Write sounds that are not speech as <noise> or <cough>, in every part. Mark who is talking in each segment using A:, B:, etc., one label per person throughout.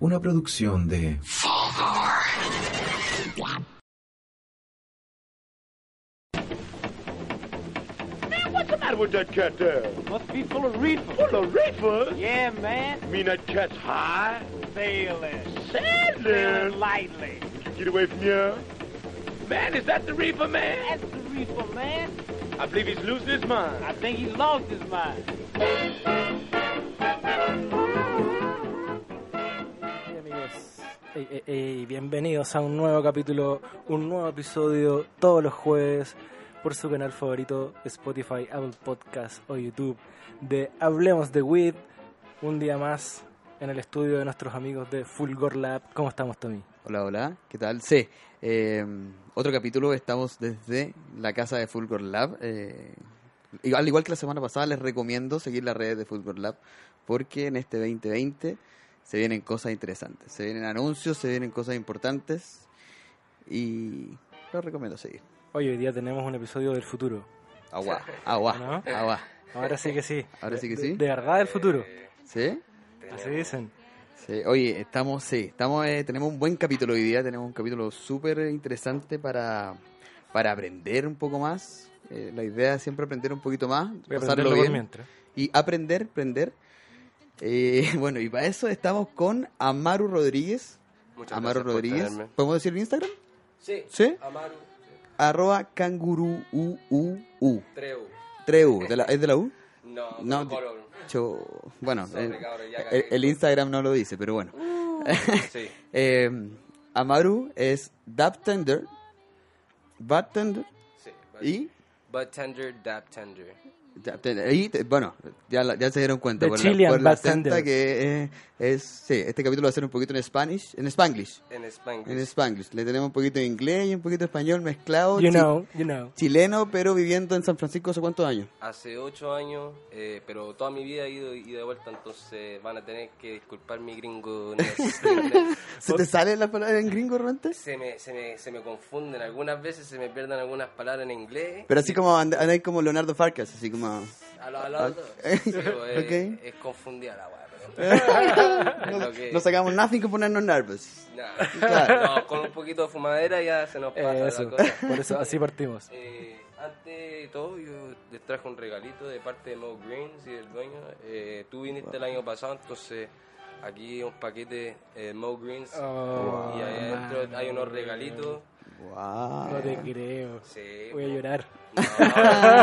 A: Una producción de...
B: Man, what's the matter with that cat there?
C: Must be full of reefer.
B: Full of reefer?
C: Yeah, man.
B: You mean that cat's high?
C: Sailing.
B: Sailor!
C: Sailing lightly.
B: Get away from here. Man, is that the reefer, man?
C: That's the reefer, man.
B: I believe he's losing his mind.
C: I think he's lost his mind.
D: Hey, amigos, Hey, hey, hey, bienvenidos a un nuevo capítulo, un nuevo episodio todos los jueves por su canal favorito Spotify, Apple Podcast o YouTube de Hablemos de Weed, un día más en el estudio de nuestros amigos de Fulgor Lab. ¿Cómo estamos, Tommy?
E: Hola, hola, ¿qué tal? Sí, eh, otro capítulo, estamos desde la casa de Fulgor Lab. eh, y al igual que la semana pasada, les recomiendo seguir las redes de Fulgor Lab porque en este 2020 se vienen cosas interesantes, se vienen anuncios, se vienen cosas importantes y los recomiendo seguir.
D: Hoy, hoy día tenemos un episodio del futuro.
E: Agua, agua,
D: ¿No?
E: agua.
D: Ahora sí que sí.
E: Ahora sí que
D: De-
E: sí.
D: De verdad, del futuro.
E: ¿Sí?
D: Así dicen.
E: Sí, oye, estamos, sí, estamos, eh, tenemos un buen capítulo hoy día, tenemos un capítulo súper interesante para, para aprender un poco más. Eh, la idea es siempre aprender un poquito más,
D: Voy a
E: pasarlo
D: aprenderlo por
E: bien
D: mientras.
E: y aprender, aprender. Eh, <laughs> bueno, y para eso estamos con Amaru Rodríguez. Amaru Rodríguez, ¿podemos decir el Instagram?
F: Sí.
E: Sí.
F: Amaru.
E: Arroba canguru u u u.
F: Treu.
E: Treu, ¿de la- ¿es de la U?
F: No,
E: No,
F: no.
E: di- <laughs> Cho- bueno,
F: Sorry,
E: eh,
F: cabrón, ya
E: el,
F: cagué.
E: el Instagram no lo dice, pero bueno.
F: Sí.
E: Eh, Amaru es Dabtender, Bartender
F: sí.
E: y.
F: But tender, dap tender.
E: Dabtender. Y, te- bueno, ya, la- ya se dieron cuenta
D: The
E: por la,
D: Chilean
E: por la
D: bartender.
E: acenta que eh, es. Sí, este capítulo va a ser un poquito en Spanish, en Spanglish.
F: En español.
E: En Spanglish. Le tenemos un poquito de inglés y un poquito de español mezclado.
D: You
E: chi-
D: know, you know.
E: Chileno, pero viviendo en San Francisco hace cuántos años.
F: Hace ocho años, eh, pero toda mi vida he ido y de vuelta, entonces van a tener que disculpar
E: <laughs>
F: mi gringo. <laughs>
D: Pues
E: ¿Se te sale la palabra en gringo realmente?
F: se, me, se, me, se me confunden, algunas veces se me pierden algunas palabras en inglés.
E: Pero así como and- andáis como Leonardo Farkas, así como.
F: A lo, a lo-
E: Ah, <laughs>
F: a lo- sí, pero es,
E: ok.
F: es confundida la
E: <laughs>
F: weá.
E: no,
F: Ok.
E: no sacamos nada sin que ponernos nervios. Claro.
F: No, con un poquito de fumadera ya se nos pasa
D: Eh,
F: la
D: eso,
F: cosa.
D: por eso, así partimos.
F: Eh, antes de todo, yo les traje un regalito de parte de Mo Greens y del dueño. Eh, tú viniste el año pasado, entonces aquí un paquete de Mo Greens.
D: Oh,
F: y ahí adentro hay unos regalitos.
E: Wow.
D: No te creo.
F: Sí,
D: Voy a llorar.
F: no,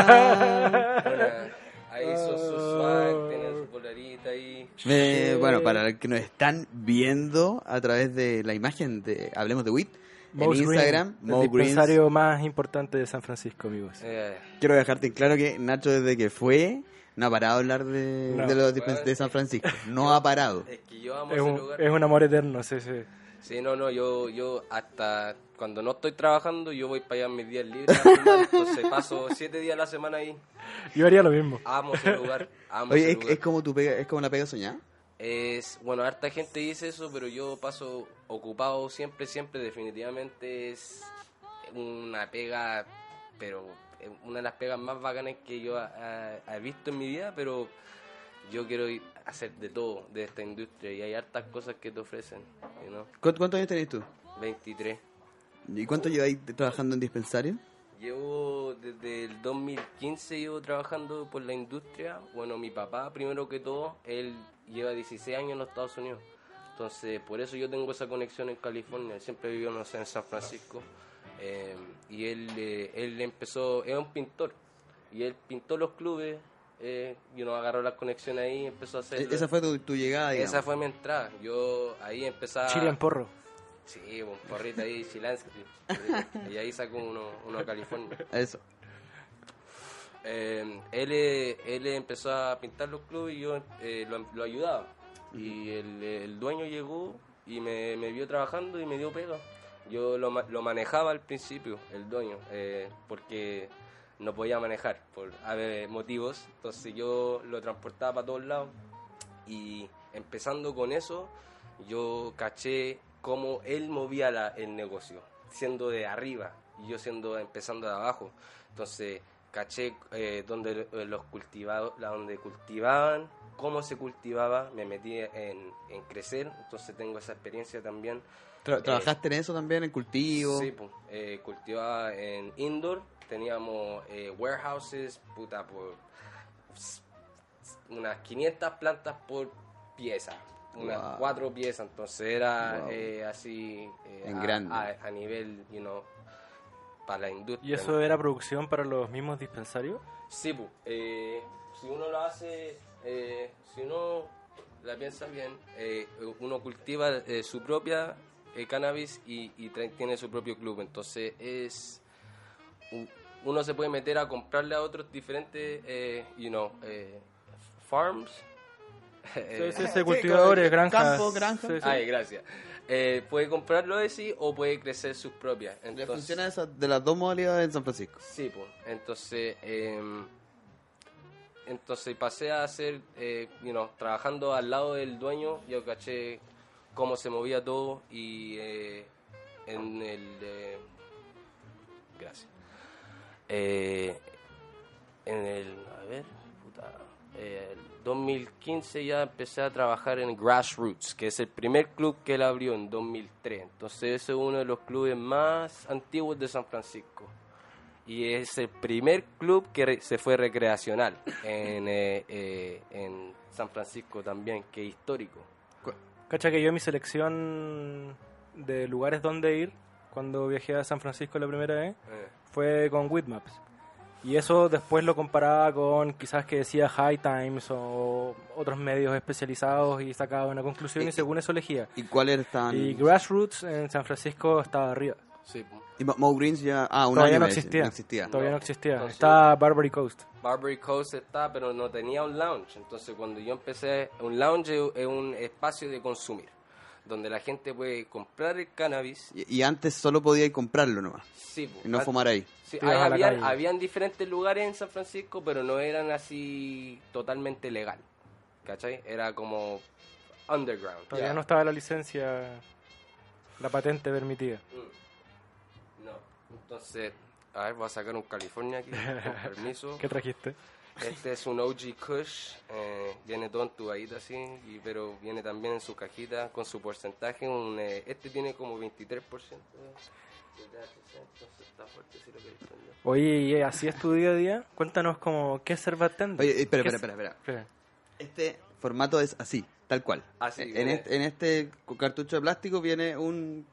D: <laughs>
F: una- ahí son sus
D: Oh.
F: swag, tienen su polarita ahí.
E: Eh, bueno, para los que nos están viendo a través de la imagen de Hablemos de WIT en
D: Moe's Green,
E: Instagram,
D: el
E: Mo Greens.
D: dispensario más importante de San Francisco, amigos.
F: Eh,
E: Quiero dejarte en claro que Nacho desde que fue no ha parado de hablar de,
D: No.
E: de los dispens- de San Francisco. No ha parado.
F: es que yo amo
D: Es
F: ese
D: un,
F: lugar.
D: es un amor eterno, sí, sí.
F: Sí, no, no, yo, yo hasta cuando no estoy trabajando, yo voy para allá en mis días
D: <laughs>
F: libres. a fumar, entonces paso siete días a la semana ahí.
D: Yo haría lo mismo.
E: Ah.
F: Amo ese lugar, amo
E: Oye,
F: ese
E: es,
F: lugar.
E: es como tu pega, es como la pega soñada.
F: Es, bueno, harta gente dice eso, pero yo paso ocupado siempre, siempre, definitivamente es una pega, pero es una de las pegas más bacanas que yo ah, ah, he visto en mi vida, pero yo quiero ir a hacer de todo de esta industria y hay hartas cosas que te ofrecen, you know?
E: ¿Cu- ¿Cuántos años tenés tú?
F: 23.
E: ¿Y cuánto lleváis trabajando en dispensario?
F: Llevo desde el 2015 llevo trabajando por la industria. Bueno, mi papá, primero que todo, él lleva 16 años en los Estados Unidos. Entonces, por eso yo tengo esa conexión en California. Él siempre vivió no sé, en San Francisco. Eh, y él, eh, él empezó, es un pintor. Y él pintó los clubes. Eh, y uno agarró la conexión ahí y empezó a hacer.
E: E- Esa fue tu, tu llegada, digamos.
F: Eh, Esa fue mi entrada. Yo ahí empezaba.
D: Chile en porro.
F: Sí, un porrito ahí,
E: <laughs>
F: Chilansky. Y ahí sacó uno, uno a California.
E: Eso.
F: Eh, él, eh, él empezó a pintar los clubes y yo eh, lo, lo ayudaba. Y el, el dueño llegó y me, me vio trabajando y me dio pega. Yo lo, ma- lo manejaba al principio, el dueño, eh, porque no podía manejar por a ver, motivos. Entonces yo lo transportaba para todos lados. Y empezando con eso, yo caché cómo él movía la- el negocio, siendo de arriba y yo siendo empezando de abajo. Entonces caché eh, donde eh, los cultivados, la donde cultivaban, cómo se cultivaba, me metí en, en crecer, entonces tengo esa experiencia también.
E: Tra- ¿Trabajaste en eso también, en cultivo?
F: Sí, po, eh, cultivaba en indoor, teníamos eh, warehouses, puta, por s- s- unas 500 plantas por pieza, unas
E: Wow.
F: cuatro piezas, entonces era
E: Wow.
F: eh, así eh,
E: En
F: a,
E: grande.
F: a- a nivel, you know, para la industria.
D: ¿Y eso era producción para los mismos dispensarios?
F: Sí, po, eh, si uno lo hace, eh, si uno la piensa bien, eh, uno cultiva eh, su propia eh, cannabis y, y tra- tiene su propio club. Entonces es u- uno se puede meter a comprarle a otros diferentes, eh, you know, eh, farms. <laughs> Eh,
D: Sí, sí, sí, cultivadores,
E: claro,
D: granjas.
E: campo, granja.
D: Sí, sí.
F: Ay, gracias. Eh, puede comprarlo de sí o puede crecer sus propias.
E: ¿Le
F: Entonces,
E: funciona esa de las dos modalidades en San Francisco?
F: Sí, pues. Entonces, em, entonces pasé a hacer, eh, you know, trabajando al lado del dueño, yo caché cómo se movía todo y eh, en el... eh, gracias. Eh, en el... A ver, puta... eh, el 2015 ya empecé a trabajar en Grassroots, que es el primer club que él abrió en 2003. Entonces ese es uno de los clubes más antiguos de San Francisco y es el primer club que re- se fue recreacional en, eh, eh, en San Francisco también, que es histórico.
D: Cacha que yo mi selección de lugares donde ir cuando viajé a San Francisco la primera vez
F: Eh,
D: fue con Whitmaps. Y eso después lo comparaba con quizás que decía High Times o otros medios especializados y sacaba una conclusión
E: Y-
D: y según eso elegía.
E: ¿Y cuáles están?
D: Y Grassroots en San Francisco estaba arriba.
F: sí, po.
E: Y Mo- Mo Greens ya... Ah, un
D: Todavía
E: año
D: no
E: me dice,
D: existía.
E: No existía.
D: Todavía no existía.
F: Entonces-
D: Estaba Barbary Coast.
F: Barbary Coast está, pero no tenía un lounge. Entonces, cuando yo empecé, un lounge es- es un espacio de consumir, donde la gente puede comprar el cannabis.
E: Y, y antes solo podía ir comprarlo nomás.
F: Sí, po.
E: Y
D: Ah,
E: no fumar ahí.
F: Sí,
D: Te ibas
F: hay-
D: a la
F: habían-
D: calle.
F: habían diferentes lugares en San Francisco, pero no eran así totalmente legal. ¿Cachai? Era como underground.
D: Todavía
F: Ya.
D: no estaba la licencia, la patente permitida.
F: Mm. No. Entonces, a ver, voy a sacar un California aquí,
D: <laughs>
F: con permiso.
D: ¿Qué trajiste?
F: Este es un OG Kush, eh, viene todo en tubadita así, y- pero viene también en su cajita con su porcentaje. un, eh, este tiene como 23%. de- de THC, entonces está fuerte si lo queréis prender.
D: Oye, y así es tu día a día. Cuéntanos como, ¿qué es ser bartender?
E: Oye, eh, espera,
D: ¿Qué
E: espera,
D: es-
E: espera, espera.
D: espera.
E: Este formato es así, tal cual.
D: Ah,
F: Así,
E: En-
D: oh.
E: en,
F: viene.
E: este, en este cu- cartucho de plástico viene un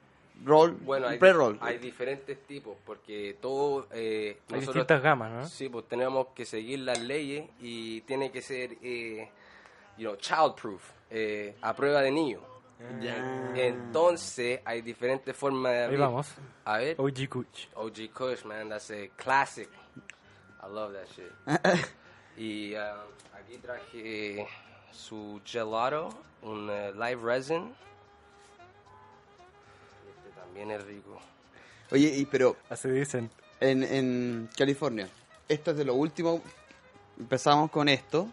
E: roll,
F: Bueno,
E: un
F: hay,
E: pre-roll.
F: hay diferentes tipos, porque todo. Eh,
D: Hay
F: nosotros-
D: distintas gamas, ¿no?
F: Sí, pues tenemos que seguir las leyes y tiene que ser, eh, you know, child proof, eh, a prueba de niño. Entonces hay diferentes formas de abrir.
D: vamos.
F: A ver,
D: OG Kuch.
F: OG Kush, man, that's a classic. I love that shit. y ah, aquí traje su gelato, un eh, live resin. Este también es rico.
E: Oye, y, pero
D: Así dicen.
E: en, en California, esto es de lo último. Empezamos con esto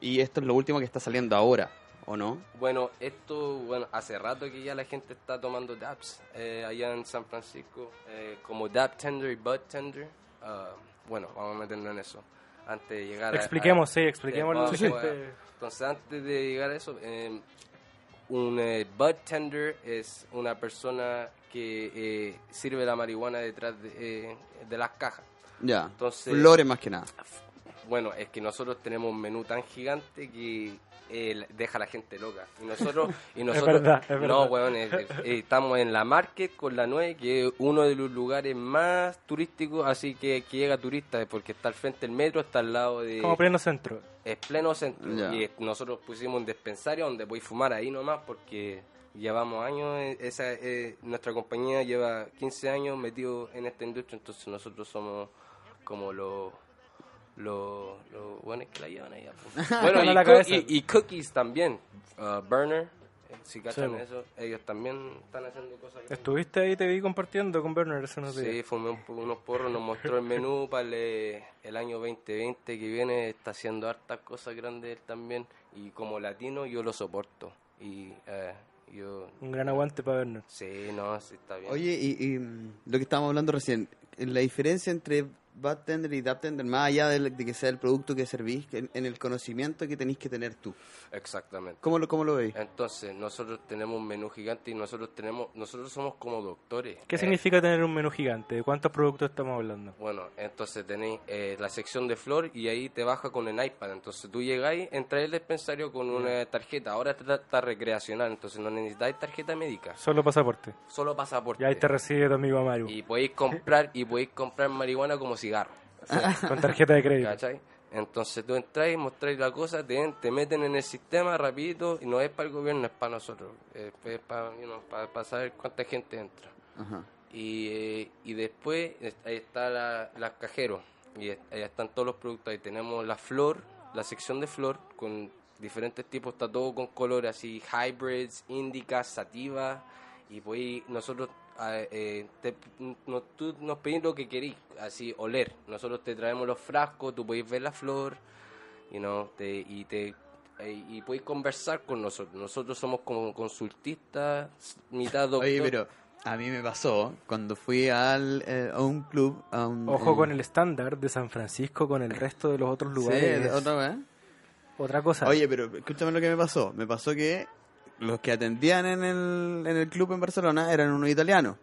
E: y esto es lo último que está saliendo ahora, ¿o no?
F: Bueno, esto, bueno, hace rato que ya la gente está tomando DAPs eh, allá en San Francisco, eh, como DAP Tender y Bud Tender. Ah, bueno, vamos a meternos en eso. Antes de llegar a-
D: Expliquemos,
F: a-
D: sí, expliquemos.
F: eh,
D: la
F: vamos,
D: gente.
F: bueno. Entonces, antes de llegar a eso, eh, un eh, Bud Tender es una persona que eh, sirve la marihuana detrás de, eh, de las cajas.
E: Ya.
F: Entonces-
E: Flores más que nada.
F: Bueno, es que nosotros tenemos un menú tan gigante que eh, deja a la gente loca. Y nosotros, y nosotros
D: verdad, <laughs> es verdad.
F: no, weón, es- es- eh, estamos en la Market con la 9, que es uno de los lugares más turísticos, así que que llega turistas, porque está al frente del metro, está al lado de...
D: Como pleno centro.
F: Es pleno centro.
E: Ya.
F: Y es- nosotros pusimos un dispensario donde podéis fumar ahí nomás porque llevamos años, eh, esa eh, nuestra compañía lleva 15 años metido en esta industria, entonces nosotros somos como los los los buenos que la llevan allá. pues.
D: <laughs>
F: Bueno,
D: Con
F: y,
D: la
F: coo-
D: cabeza.
F: y- y cookies también, Uh, Burner, eh, si cachan
D: Sí, po.
F: eso, ellos también están haciendo cosas. grandes.
D: Estuviste ahí, te vi compartiendo con Bernard hace unos
F: Sí,
D: días.
F: fumé un po- unos porros, nos mostró
D: <laughs>
F: el menú para el, eh, el año 2020 que viene, está haciendo hartas cosas grandes él también y como latino yo lo soporto y eh, yo...
D: Un gran aguante para Bernard.
F: Sí, no, sí está bien.
E: Oye, y, y, mm, lo que estábamos hablando recién, la diferencia entre bartender y taptender, más allá del- de que sea el producto que servís, que en, en el conocimiento que tenéis que tener tú.
F: Exactamente.
E: ¿Cómo lo, cómo lo veis?
F: Entonces, nosotros tenemos un menú gigante y nosotros tenemos nosotros somos como doctores.
D: ¿Qué
F: Eh,
D: significa tener un menú gigante? ¿De cuántos productos estamos hablando?
F: Bueno, entonces tenéis eh, la sección de flor y ahí te baja con el iPad. Entonces tú llegáis, entráis al dispensario con una tarjeta. Ahora está, está recreacional, entonces no necesitáis tarjeta médica,
D: Solo pasaporte.
F: solo pasaporte.
D: Y ahí te recibe tu amigo Amaru.
F: y podéis comprar y podéis comprar marihuana como cigarro. <laughs>
D: Con tarjeta de crédito.
F: ¿Cachai? Entonces tú entráis, mostráis la cosa, te, te meten en el sistema rapidito y no es para el gobierno, es para nosotros. Es, para, saber cuánta gente entra.
E: Ajá.
F: Y, eh, y después es- ahí está la, las cajeros y es- ahí están todos los productos. Ahí tenemos la flor, la sección de flor con diferentes tipos, está todo con color así, hybrids, índicas, sativas y pues nosotros ah, eh, te- no- tú nos pedís lo que querís, así oler. Nosotros te traemos los frascos, tú podés ver la flor you know, te- y te eh, y podéis conversar con nosotros. Nosotros somos como consultistas, mitad doctor.
E: Oye, pero a mí me pasó cuando fui al, eh, a un club. A un,
D: Ojo
E: eh,
D: con el estándar de San Francisco con el resto de los otros
E: Sí,
D: lugares.
E: otra vez.
D: Otra cosa.
E: Oye, pero escúchame lo que me pasó. Me pasó que los que atendían en el, en el club en Barcelona eran unos italianos.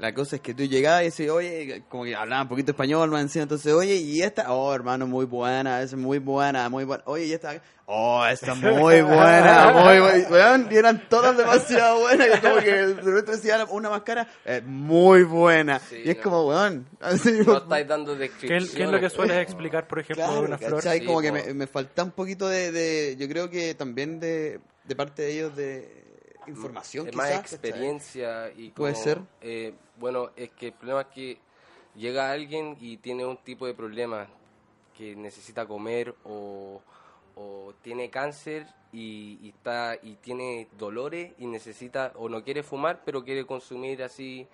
E: La cosa es que tú llegabas y decías, oye, como que hablaban un poquito español, más encima, entonces, oye, y esta, oh, hermano, muy buena, es muy buena, muy buena, oye, y esta, oh, esta muy buena, muy buena, Weón, y eran todas demasiado buenas, y como que de repente decía una máscara, eh, muy buena,
F: Sí,
E: y es
F: no.
E: como, weón, así,
F: No estáis dando
D: ¿Qué, es-
F: descripciones.
D: qué es lo que sueles
F: po.
D: explicar, por ejemplo,
E: Claro,
D: de una flor?
E: ¿cachai?
F: Sí,
E: como que
F: po.
E: me, me falta un poquito de, de- Yo creo que también de, de parte de ellos de información,
F: Es
E: quizás.
F: más
E: ¿cachai?
F: experiencia y
E: Puede
F: como,
E: ser.
F: eh, bueno, es que el problema es que llega alguien y tiene un tipo de problema que necesita comer o, o tiene cáncer y, y está y tiene dolores y necesita o no quiere fumar pero quiere consumir así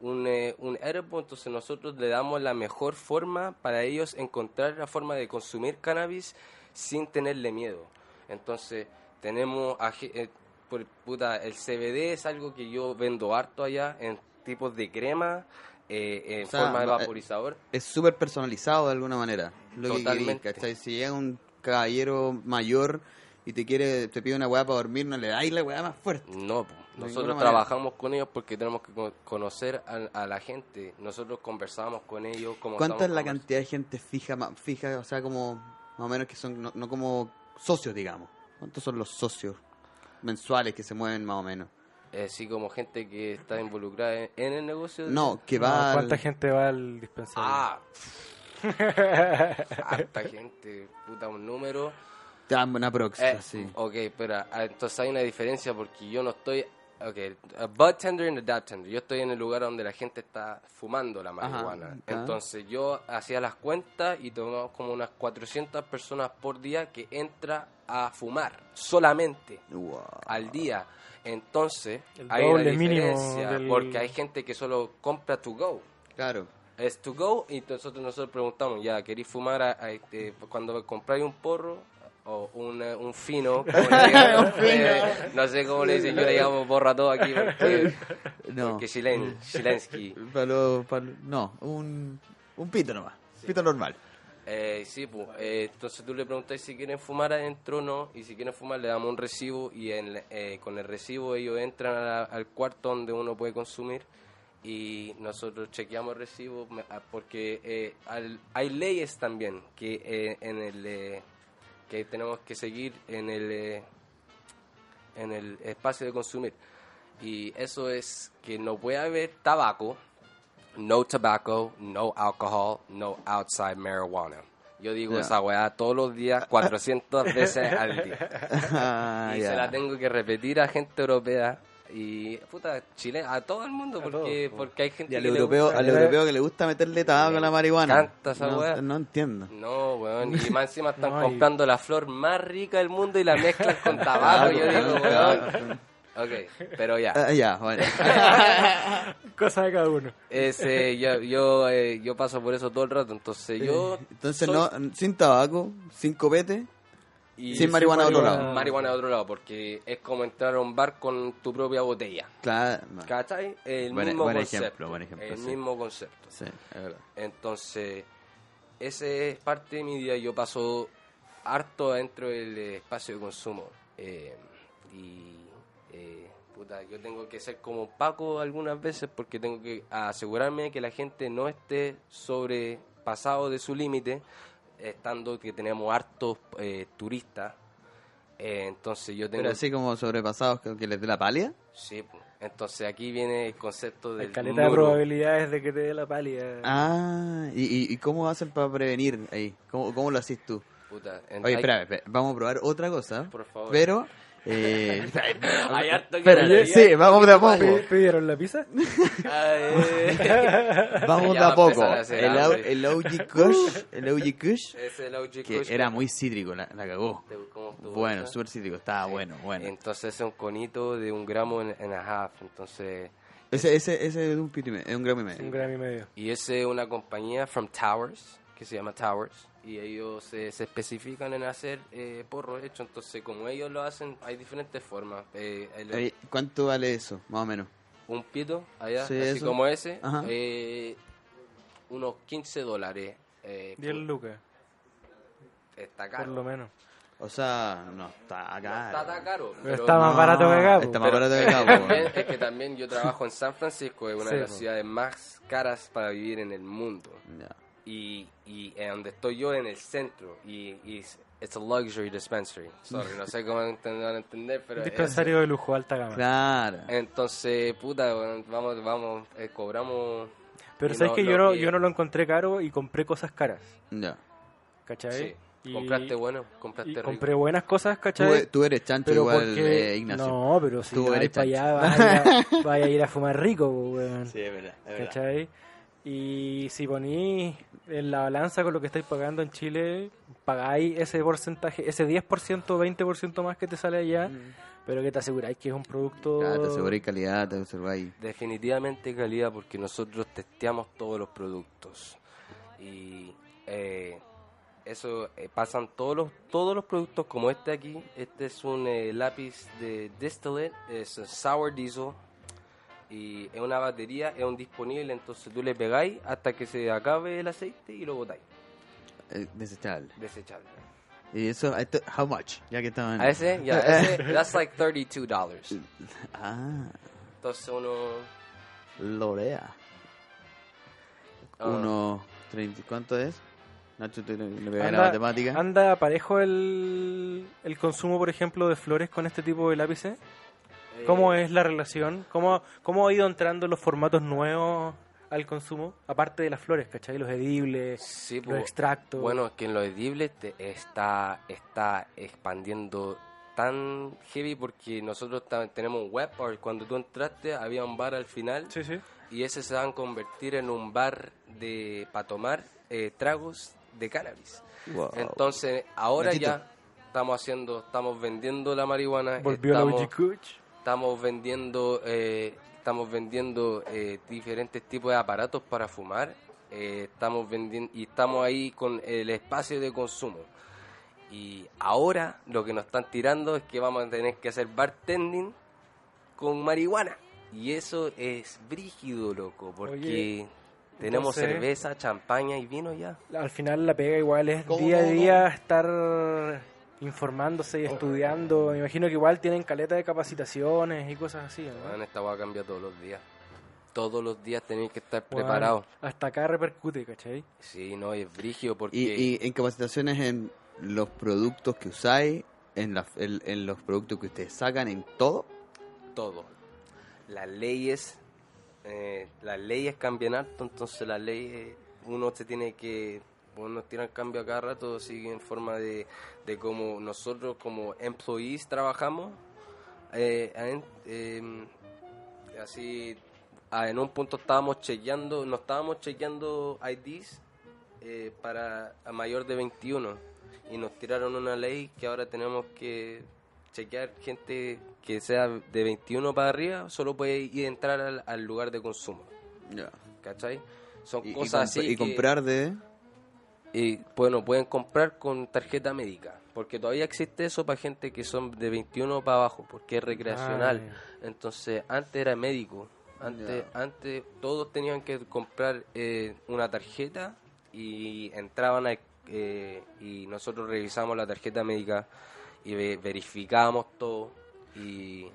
F: un, eh, un edible, entonces nosotros le damos la mejor forma para ellos encontrar la forma de consumir cannabis sin tenerle miedo. Entonces, tenemos, a ge- eh, por- puta, el CBD es algo que yo vendo harto allá en tipos de crema, eh, en
E: O sea,
F: forma de
E: va- eh,
F: vaporizador.
E: Es súper personalizado de alguna manera. Lo que querís,
F: Totalmente.
E: ¿cachai? Si llega un caballero mayor y te quiere te pide una weá para dormir, no le dais la weá más fuerte.
F: No, po.
E: ninguna
F: nosotros
E: manera.
F: trabajamos con ellos porque tenemos que co- conocer a, a la gente. Nosotros conversamos con ellos. Como
E: ¿Cuánta es
F: estamos
E: la
F: conversando.
E: cantidad de gente fija, ma- fija o sea, como más o menos que son, no, no como socios, digamos? ¿Cuántos son los socios mensuales que se mueven más o menos?
F: Eh, sí, como gente que está involucrada en, en el negocio.
E: No, que
D: No,
E: va. al-
D: ¿Cuánta gente va al dispensario?
F: Ah, harta gente, puta, un número.
E: Ah, una proxy,
F: Eh,
E: sí.
F: Ok, espera, ah, entonces hay una diferencia porque yo no estoy. Ok, a bartender and a bartender. Yo estoy en el lugar donde la gente está fumando la marihuana.
E: ajá.
F: Entonces yo hacía las cuentas y tomamos como unas 400 personas por día que entra a fumar solamente
E: Wow.
F: al día. Entonces
D: El
F: hay una
D: doble mínimo
F: diferencia
D: del-
F: porque hay gente que solo compra to go
E: Claro.
F: es to go y nosotros nosotros preguntamos ya queréis fumar a- a este, cuando compráis un porro o un, eh, un fino, como le digo, <laughs> eh, no sé cómo le dicen yo le llamo porro a todo aquí porque,
E: No.
F: porque Chilen, Chilensky
E: Para lo- para lo- no, un, un pito nomás. Pito
F: <laughs>
E: normal.
F: Eh, sí, pues, eh, entonces tú le preguntas si quieren fumar adentro o no, y si quieren fumar le damos un recibo y en- eh, con el recibo ellos entran a la- al cuarto donde uno puede consumir y nosotros chequeamos el recibo me- ah, porque eh, al- hay leyes también que eh, en el eh, que tenemos que seguir en el eh, en el espacio de consumir y eso es que no puede haber tabaco no tobacco, no alcohol, no outside marijuana. Yo digo
E: Ya.
F: esa weá todos
E: <laughs>
F: los días, 400 veces al día.
E: Ah,
F: y se
E: ya.
F: la tengo que repetir a gente europea y, puta, Chile, a todo el mundo, porque, porque hay gente
E: Y al
F: que le
E: europeo,
F: gusta-
E: al europeo que le gusta meterle tabaco a la marihuana.
F: encanta esa
E: no,
F: weá.
E: no entiendo.
F: No, weón, y más
E: <laughs>
F: encima están
D: No, y-
F: comprando la flor más rica del mundo y la mezclan con tabaco. Ah, yo digo, weón. Ok, pero ya.
E: Ah, ya, bueno.
D: <laughs> Cosa de cada uno.
F: Ese, yo, yo, eh, yo paso por eso todo el rato, entonces <laughs> yo...
E: Entonces,
F: soy-
E: no, sin tabaco, sin copete
F: Y
E: Sin marihuana a otro lado.
F: marihuana de otro lado, porque es como entrar a un bar con tu propia botella.
E: Claro. no.
F: ¿Cachai? El
E: Buen-
F: mismo
E: buen
F: concepto.
E: ejemplo, buen ejemplo,
F: El
E: sí.
F: mismo concepto.
E: Sí, es verdad.
F: Entonces, ese es parte de mi día. Yo paso harto dentro del eh, espacio de consumo. Eh, y, eh, puta, yo tengo que ser como Paco algunas veces porque tengo que asegurarme que la gente no esté sobrepasado de su límite, estando que tenemos hartos eh, turistas. Eh, entonces yo tengo
E: Pero así como sobrepasados que, que les dé la pálida.
F: Sí, po. entonces aquí viene el concepto
D: Hay
F: del
D: caleta de
F: muro.
D: probabilidades de que te dé la pálida.
E: Ah, ¿y, y, y cómo hacen para prevenir ahí? ¿Cómo, cómo lo haces tú?
F: Puta, en-
E: Oye,
F: hay-
E: espera, espera, vamos a probar otra cosa.
F: Por favor. <laughs>
E: Pero. Eh,
F: Hay harto que
E: espera,
F: hablar.
E: sí, vamos de a poco.
D: ¿Pi- ¿Pidieron la
F: <laughs>
D: pizza?
F: Ah, eh.
E: Vamos
F: Ya
E: de a
F: va a
E: poco.
F: empezar a hacer
E: El, au-
F: hambre.
E: el OG
F: <laughs>
E: Kush, el OG Kush,
F: Es el OG
E: que
F: Kush,
E: era muy cítrico, la, la cagó.
F: ¿Te- cómo estuvo
E: Bueno,
F: esa?
E: súper cítrico, estaba bueno, bueno.
F: Entonces es un conito de un gramo en, en a half. Entonces,
E: Ese, ese, ese es un pito y medio, es un gramo y medio.
D: Un gramo y medio.
F: y ese es una compañía from Towers, que se llama Towers. Y ellos eh, se especifican en hacer eh, porro hecho. Entonces, como ellos lo hacen, hay diferentes formas. Eh, el-
E: Oye, ¿Cuánto vale eso, más o menos?
F: un pito allá,
E: Sí,
F: así
E: eso.
F: como ese,
E: Ajá.
F: eh, unos 15 dólares. eh,
D: 10 lucas,
F: está
D: por
F: caro.
D: lo menos.
E: O sea, no está acá.
F: Está tan caro.
D: Pero está más barato que acá.
E: Está
D: po.
E: más
F: Pero-
E: barato que acá, po,
F: También- <laughs>
E: bueno.
F: es que también yo trabajo en San Francisco, es una
D: este. Sí, pues.
F: de las
D: po.
F: ciudades más caras para vivir en el mundo.
E: Ya.
F: Y, y en donde estoy yo, en el centro. Y, y es- it's a luxury dispensary. Sorry, no sé cómo enten- van a entender, pero.
D: Un
F: es-
D: dispensario de lujo, alta gama.
E: Claro.
F: entonces, puta, bueno, vamos, vamos, eh, cobramos.
D: Pero
F: y
D: sabes
F: no-
D: que
F: lo
D: yo no,
F: que-
D: yo no lo encontré caro y compré cosas caras.
E: Ya.
D: ¿Cachai?
F: sí.
D: Y-
F: Compraste bueno, compraste
D: y
F: rico.
D: compré buenas cosas,
E: Tú,
D: ¿cachai?
E: tú eres chancho
D: pero
E: igual,
D: porque...
E: eh, Ignacio.
D: No, pero si
E: Tú
D: vais
E: eres
D: para allá,
E: <laughs>
D: vaya, vaya a ir a fumar rico, po, weón.
E: es verdad.
D: ¿Cachai? Y si ponís en la balanza con lo que estáis pagando en Chile, pagáis ese porcentaje, ese 10% o 20% más que te sale allá, pero que te aseguráis que es un producto...
E: Mm. te aseguráis calidad, te aseguráis.
F: Definitivamente calidad porque nosotros testeamos todos los productos y eh, eso eh, pasan todos los todos los productos como este aquí. Este es un eh, lápiz de distillate, es un sour diesel y es una batería, es un disponible, entonces tú le pegáis hasta que se acabe el aceite y lo botáis,
E: eh, desechable.
F: desechable.
E: Y eso, esto, how much? Ya que estaban.
F: A ese, ya, a ese, that's like $32.
E: Ah,
F: Entonces uno...
E: Lorea.
D: Oh.
F: ah,
E: Uno, treinta, ¿cuánto es? Nacho, tú le, le pegas la
D: Anda,
E: matemática.
D: anda parejo el, el consumo, por ejemplo, de flores con este tipo de lápices.
F: eh,
D: ¿Cómo es la relación? ¿Cómo, cómo ha ido entrando los formatos nuevos al consumo? Aparte de las flores, ¿cachai? Los edibles,
F: Sí,
D: los
F: pues,
D: extractos.
F: Bueno, es que en lo edible te está, está expandiendo tan heavy porque nosotros ta- tenemos un web bar. Cuando tú entraste había un bar al final
D: sí, sí.
F: y ese se van a convertir en un bar de para tomar eh, tragos de cannabis.
E: Wow.
F: Entonces ahora
E: Nachito.
F: ya estamos haciendo, estamos vendiendo la marihuana.
D: Volvió la
F: estamos-
D: OG Kuch.
F: estamos vendiendo eh, estamos vendiendo eh, diferentes tipos de aparatos para fumar eh, estamos vendiendo y estamos ahí con el espacio de consumo y ahora lo que nos están tirando es que vamos a tener que hacer bartending con marihuana y eso es brígido loco porque
D: Oye,
F: tenemos
D: entonces-
F: cerveza champaña y vino ya
D: Al final la pega igual es
E: ¿Cómo
D: día a
E: no, no?
D: día estar informándose
F: Oh.
D: y estudiando. Me imagino que igual tienen caleta de capacitaciones y cosas así. ¿no?
F: Bueno, esta va a cambiar todos los días todos los días tenéis que estar
D: Bueno,
F: preparados
D: Hasta acá repercute, ¿cachai?
F: sí no es brígido porque
E: Y, y en capacitaciones en los productos que usáis, en, la- en- en los productos que ustedes sacan, en todo.
F: todo. Las leyes, eh, las leyes cambian harto, entonces las leyes, uno se tiene que, uno tiene el cambio a cada rato, sigue en forma de, de cómo nosotros como employees trabajamos, eh, en- em, así, ah, en un punto estábamos chequeando, no estábamos chequeando IDs eh, para a mayor de 21 y nos tiraron una ley que ahora tenemos que chequear gente que sea de 21 para arriba solo puede ir entrar al, al lugar de consumo, ¿cachai? Son
E: Y, y compr-
F: cosas así
E: y
F: que
E: comprar de.
F: Y bueno, pueden comprar con tarjeta médica, porque todavía existe eso para gente que son de 21 para abajo, porque es recreacional. Entonces, antes era médico, antes, antes todos tenían que comprar eh, una tarjeta y entraban a- eh, y nosotros revisamos la tarjeta médica y ve- verificábamos todo y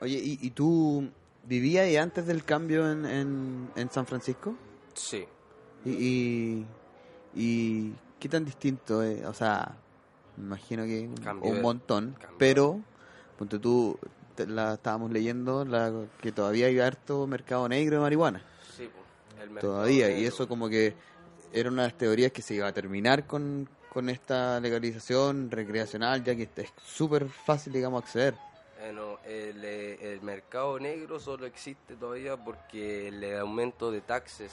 E: Oye, ¿y, y tú vivías ahí antes del cambio en, en, en San Francisco?
F: sí,
E: ¿Y, y, y qué tan distinto es? O sea, me imagino que un,
F: Cambió
E: un
F: el-
E: montón,
F: cambió.
E: pero ponte tú, te- la estábamos leyendo la, que todavía hay harto mercado negro de marihuana,
F: sí, po, el mercado
E: todavía, y
F: negro.
E: eso como que era una de las teorías que se iba a terminar con, con esta legalización recreacional, ya que es súper fácil, digamos, acceder.
F: Eh, no, el, eh, el mercado negro solo existe todavía porque el eh, aumento de taxes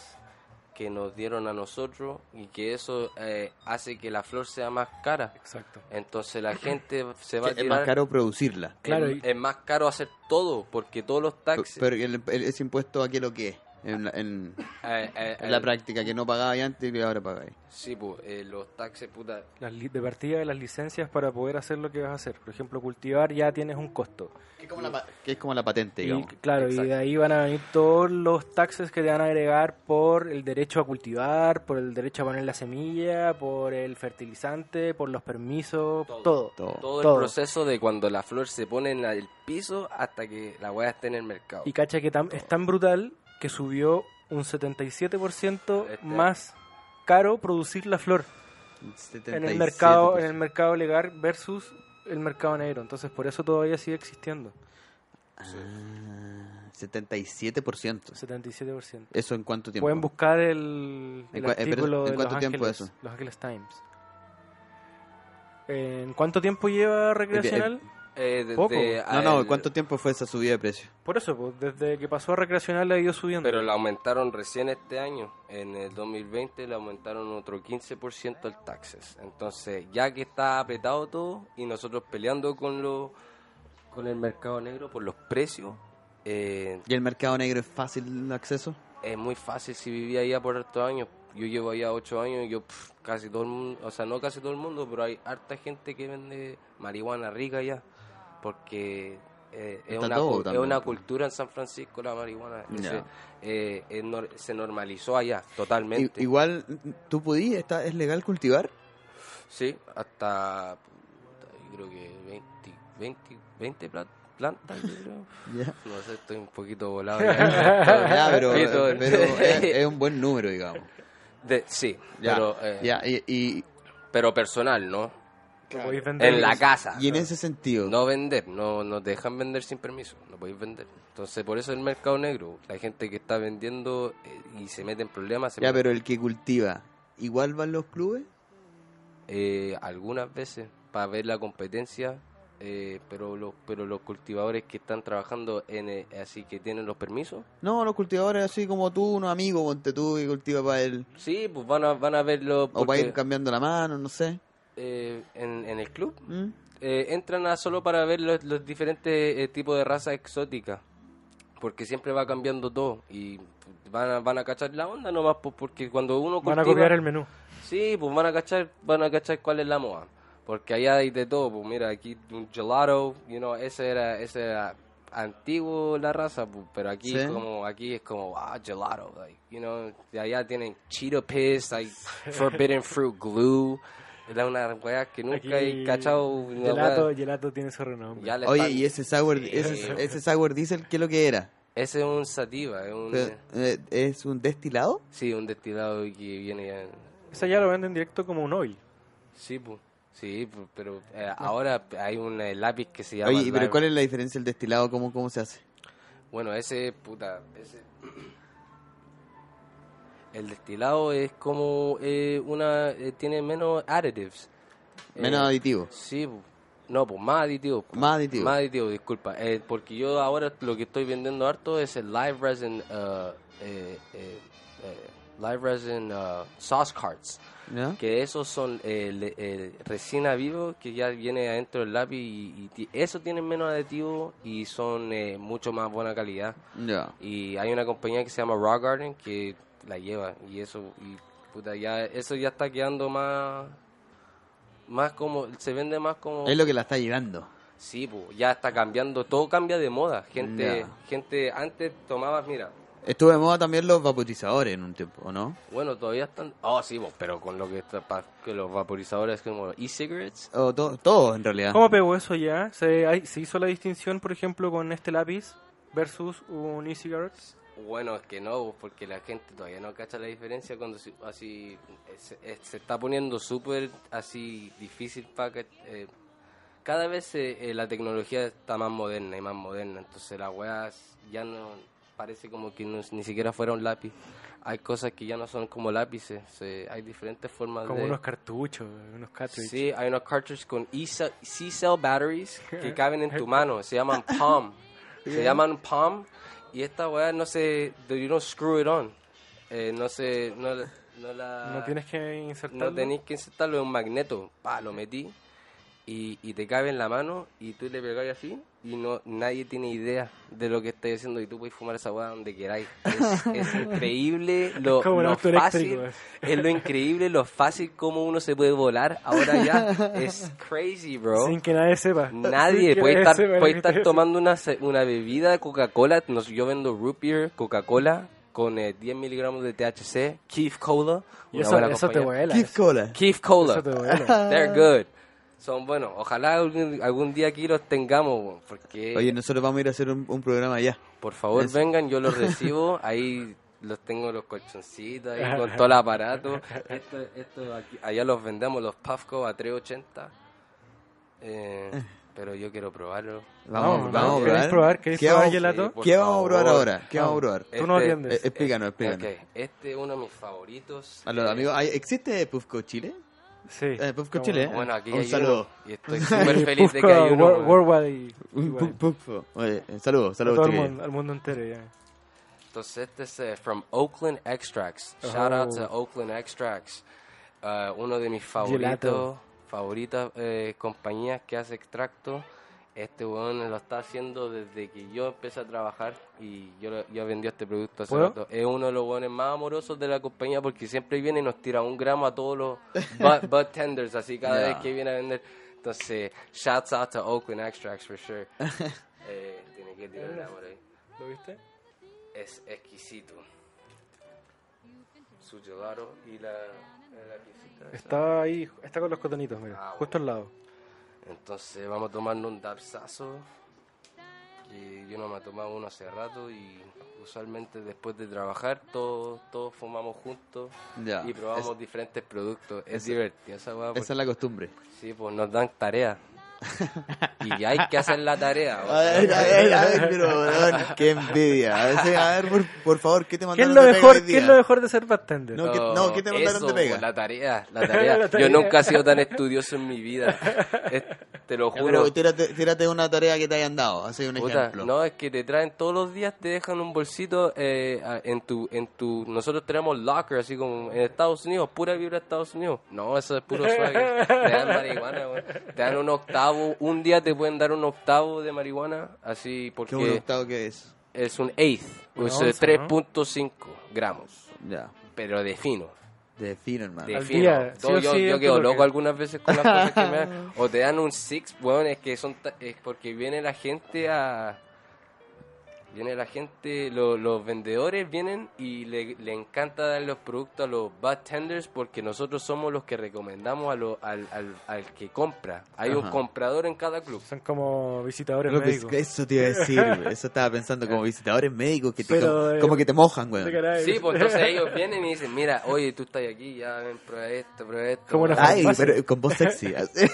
F: que nos dieron a nosotros y que eso eh, hace que la flor sea más cara.
D: Exacto.
F: Entonces la gente se va a
E: es más
F: tirar...
E: caro producirla.
F: es-
D: Claro, y-
F: es, más caro hacer todo porque todos los taxes...
E: Pero el- el- ese impuesto a qué lo que es, en la, en-
F: eh, eh,
E: en la
F: el-
E: práctica, que no pagabas antes y que ahora pagáis.
F: Sí, pues, eh, los taxes, puta...
D: Las li- de partida de las licencias para poder hacer lo que vas a hacer. Por ejemplo, cultivar ya tienes un costo.
E: Que es como la, patente,
D: Y,
E: digamos.
D: claro, y
F: Exacto.
D: de ahí van a venir todos los taxes que te van a agregar por el derecho a cultivar, por el derecho a poner la semilla, por el fertilizante, por los permisos,
F: Todo.
D: todo.
E: Todo.
F: Todo,
D: Todo.
F: el proceso de cuando la flor se pone en la- el piso hasta que la hueá esté en el mercado.
D: Y cacha que tam- es tan brutal que subió un 77%
F: Este-
D: más caro producir la flor en el
E: 77%.
D: mercado en el mercado legal versus el mercado negro. Entonces, por eso todavía sigue existiendo.
E: Ah, 77%.
D: 77%.
E: ¿Eso en cuánto tiempo?
D: Pueden buscar el, el
E: ¿En cua- eh, pero,
D: artículo
E: en
D: de
E: cuánto
D: Los
E: tiempo
D: Ángeles,
E: eso?
D: Los Ángeles Times. ¿En cuánto tiempo lleva recreacional?
F: Eh, desde
D: Poco.
E: No, no,
F: al-
E: ¿cuánto tiempo fue esa subida de precio?
D: Por eso, pues, desde que pasó a recreacional ha ido subiendo.
F: Pero la aumentaron recién este año. En el 2020 le aumentaron otro 15% el taxes. Entonces, ya que está apretado todo y nosotros peleando con lo, con el mercado negro por los precios, eh,
E: ¿Y el mercado negro es fácil de acceso?
F: es muy fácil si vivía allá por estos años. Yo llevo allá 8 años y yo pff, casi todo el mundo, o sea, no casi todo el mundo, pero hay harta gente que vende marihuana rica allá. Porque eh, es,
E: Está
F: una,
E: todo
F: cu- es
E: también,
F: una
E: pues.
F: cultura en San Francisco la marihuana.
E: Ya.
F: Ese, eh, es nor- se normalizó allá,
E: I-
F: totalmente.
E: igual, ¿tú podías? Está, ¿Es legal cultivar? <laughs>
F: Sí, hasta puta, yo creo que 20, 20, 20 pla- plantas, yo creo.
E: Ya.
F: No sé, estoy un poquito volado.
D: <laughs>
E: <laughs> Ya,
F: ya. <laughs>
E: pero,
F: Oye, todo el-
E: pero es, es un buen número, digamos.
F: De- sí,
E: Ya,
F: pero, eh,
E: ya, y, y-
F: pero personal, ¿no?
D: Lo podéis vender.
F: En la casa.
E: y en ese sentido,
F: No vender, no nos dejan vender sin permiso, no podéis vender. Entonces, por eso el mercado negro, la gente que está vendiendo eh, y se mete en problemas, se
E: ya,
F: mete-
E: pero el que cultiva, ¿igual van los clubes?
F: eh, algunas veces para ver la competencia, eh, pero los pero los cultivadores que están trabajando en eh, así que tienen los permisos,
E: No, los cultivadores así como tú, unos amigos, ponte tú que cultiva para él.
F: sí, pues van a van a verlo
E: O para
F: porque,
E: ir cambiando la mano, no sé.
F: eh, en, en el club
E: ¿Mm?
F: eh, entran a solo para ver los, los diferentes eh, tipos de razas exóticas. Porque siempre va cambiando todo y van a, van a cachar la onda nomás, pues, porque cuando uno
D: Van a
F: cultiva-
D: copiar el menú.
F: Sí, pues van a cachar, van a cachar cuál es la moda. Porque allá hay de todo, pues mira, aquí un gelato, you know, ese era, ese era antiguo la raza, pues, pero aquí
E: Sí.
F: es como, aquí es como, ah, gelato, like, you know, de allá tienen cheetah piss, like, forbidden fruit glue, era una weá que nunca he cachado. una
D: Gelato,
F: weá.
D: Gelato tiene su renombre.
F: Ya le
E: Oye,
F: están-
E: y ese sour, ese, ese sour diesel, ¿qué es lo que era?
F: ese es un sativa, es un,
E: Pero, eh, ¿Es un destilado?
F: sí, un destilado que viene ya-
D: Esa ya lo venden directo como un oil.
F: sí, pues. Sí, pues, pero eh, ahora hay un eh, lápiz que se llama...
E: Ah. Oye, pero
F: Live-
E: ¿cuál es la diferencia del destilado? ¿Cómo, cómo se hace?
F: Bueno, ese, puta, ese... <clears throat> El destilado es como eh, una... eh, tiene menos additives.
E: Menos
F: Eh,
E: aditivo.
F: Sí, bu- no, pues más aditivos. po.
E: Más aditivos.
F: Más aditivos, disculpa. Eh, porque yo ahora lo que estoy vendiendo harto es el live resin... uh, eh, eh, eh, live resin uh, sauce carts.
E: ¿Ya?
F: Que esos son eh, le- eh, resina vivo que ya viene adentro del lápiz y, y ti- eso tienen menos aditivos y son eh, mucho más buena calidad.
E: Ya.
F: Y hay una compañía que se llama Raw Garden que la lleva y eso y Puta, ya eso ya está quedando más más como se vende más como
E: Es lo que la está llevando.
F: Sí, po, ya está cambiando, todo cambia de moda. Gente,
E: Ya.
F: gente antes tomabas, mira,
E: Estuvo de moda también los vaporizadores en un tiempo, ¿o no?
F: bueno, todavía están, oh sí, po, pero con lo que está, pa- que los vaporizadores como e-cigarettes,
E: O to- todos, en realidad.
D: ¿Cómo pegó eso ya? ¿Se, hay- se hizo la distinción, por ejemplo, con este lápiz versus un e-cigarettes?
F: bueno, es que no, pues, porque la gente todavía no cacha la diferencia cuando se- así se, eh, se está poniendo súper así difícil para cada vez eh, eh, la tecnología está más moderna y más moderna, entonces la weá ya no parece como que no- ni siquiera fuera un lápiz. Hay cosas que ya no son como lápices, se- hay diferentes formas
D: Como
F: Ah, de
D: unos cartuchos, unos cartuchos.
F: Sí, hay unos cartridges con E-cell- C-cell batteries que caben en tu mano. Se llaman Palm. Se llaman Palm. Y esta weá no se. You don't screw it on. Eh, no se. No, la- no la.
D: No tienes que insertarlo.
F: No tenéis que insertarlo en un magneto. Pa, lo metí. Y, y te cabe en la mano. Y tú le pegáis así. Y no nadie tiene idea de lo que estáis haciendo. Y tú puedes fumar esa weá donde queráis.
D: <laughs>
F: Es, es increíble lo,
D: Es como un
F: lo
D: auto
F: fácil.
D: eléctrico, eh.
F: Es lo increíble, lo fácil como uno se puede volar ahora
D: <laughs>
F: ya. Es crazy, bro.
D: Sin que nadie sepa. Sin
F: <laughs> Nadie
D: que
F: puede
D: nadie
F: estar,
D: sepa lo
F: puede
D: que <laughs>
F: estar
D: estés
F: tomando una, ce- una bebida de Coca-Cola. No sé, yo vendo root beer, Coca-Cola con eh, 10 miligramos de THC, Keef Cola.
D: haciendo. Y
F: una
D: eso,
F: buena
D: eso te
F: compañía.
D: vuela.
E: Keith Cola.
F: Keef
D: Eso
F: Cola.
D: te vuela.
F: <laughs>
E: Ah.
F: They're good. Son buenos. Ojalá algún, algún día aquí los tengamos, weón, porque
E: Oye, nosotros vamos a ir a hacer un, un programa allá.
F: por favor
E: eso.
F: vengan,
E: <laughs>
F: yo los recibo. Ahí los tengo los colchoncitos, ahí con
D: <laughs>
F: todo el aparato. Esto, esto aquí- allá los vendemos, los Pafco a 380.
E: <laughs>
F: Eh, pero yo quiero probarlo.
D: Vamos,
E: Vamos, vamos a
D: ¿queréis
E: probar.
D: probar? ¿Queréis
E: ¿Qué,
D: probar
E: vamos,
D: gelato?
F: Por
E: ¿Qué vamos a probar
F: favor.
E: ahora? ¿Qué vamos a probar?
D: Tú no
F: Este-
D: atiendes.
E: Eh, explícanos, explícanos.
F: Ok, Este es uno de mis favoritos.
E: A los
F: Eh,
E: amigos, ¿hay- ¿existe Pufco Chile?
D: sí.
E: Eh, Pufco
D: Como-
E: Chile. eh.
F: Bueno, aquí
E: un
F: hay
E: saludo.
F: uno, y estoy
D: <laughs>
F: súper feliz de
D: Pufco,
F: que hay uno.
D: Wor-
F: weón.
D: Worldwide y-
E: Un
D: igual.
E: pu- Pufco. Oye, eh, saludos,
D: A todo
E: saludos,
D: el
E: Chile.
D: mundo, al mundo entero ya.
F: Entonces este es eh, From Oakland Extracts. Shout out to Oakland Extracts. Ah, uno de mis favoritos,
D: Oh. Gelato.
F: favoritas eh, compañías que hace extracto. Este weón lo está haciendo desde que yo empecé a trabajar y yo, lo- yo vendí este producto hace
D: ¿Puedo?
F: rato. Es uno de los weones más amorosos de la compañía porque siempre viene y nos tira un gramo a todos
D: <laughs>
F: los butt, butt tenders, así cada
E: Ya.
F: vez que viene a vender. Entonces, shouts out to Oakland Extracts
D: <laughs>
F: for sure. Eh, tiene que tirarla por ahí
D: ¿Lo viste?
F: es exquisito. Su gelato y la, la lapicita esa.
D: Está ahí, está con los cotonitos, mira,
F: Ah,
D: justo al lado.
F: Entonces vamos a tomarnos un dapsazo. Que yo no me he tomado uno hace rato y usualmente después de trabajar todos, todos fumamos juntos
E: Ya.
F: y probamos diferentes productos. Es divertido esa weá.
E: Esa es la costumbre.
F: porque- Sí, pues nos dan
E: <laughs>
F: tareas. y hay que hacer la tarea.
E: A
F: weón.
E: ver, a ver, a ver, pero weón, qué envidia. A ver, sí, a ver, por, por favor, ¿qué te
D: ¿Qué es,
E: mandaron
D: lo
E: de pega hoy
D: mejor, ¿Qué
E: día?
D: es lo mejor de ser bartender?
E: No, ¿qué- no, ¿qué te mandaron
F: eso,
E: de pega?
F: La tarea, la tarea.
D: La tarea.
F: Yo nunca he sido tan estudioso en mi vida. Es- te lo
E: Ya, pero
F: juro.
E: tírate, tírate una tarea que te hayan dado, así un
F: Puta,
E: ejemplo.
F: no, es que te traen todos los días, te dejan un bolsito eh, a- en tu, en tu, nosotros tenemos locker, así como en Estados Unidos, pura vibra de Estados Unidos. No, eso es puro swagger. Te dan marihuana, weón. te dan un octavo, un día te pueden dar un octavo de marihuana, así
E: ¿Qué un
F: porque
E: octavo que es?
F: es un eighth, o
D: Una onza,
F: sea,
D: ¿no?
F: 3.5 gramos,
E: Ya,
F: pero de fino.
E: de fino, hermano.
F: Te
D: Al
F: fino.
D: día, sí
F: No,
D: o
F: yo,
D: sí,
F: yo
D: en
F: quedo
D: todo lo
F: loco
D: que-
F: algunas veces con las cosas que me
D: <laughs>
F: dan. O te dan un six, weón, es que son. ta- Es porque viene la gente a. Viene la gente, lo- los vendedores vienen y le, le encanta dar los productos a los bartenders porque nosotros somos los que recomendamos a lo- al, al, al que compra. Hay un
E: Ajá.
F: comprador en cada club.
D: Son como visitadores
E: Loco, es-
D: médicos.
E: eso te iba a decir, güey. eso estaba pensando <laughs> como visitadores médicos que te,
D: Pero,
E: como,
D: eh,
E: como que te mojan,
D: De
E: weón.
D: caray.
F: Sí, pues entonces ellos vienen y dicen: Mira, oye, tú estás aquí, ya ven, prueba esto, prueba esto.
D: Como una
E: Ay,
D: Fácil.
E: pero con voz
F: <laughs>
E: sexy. así.
F: Sí,
E: <laughs>
F: pues,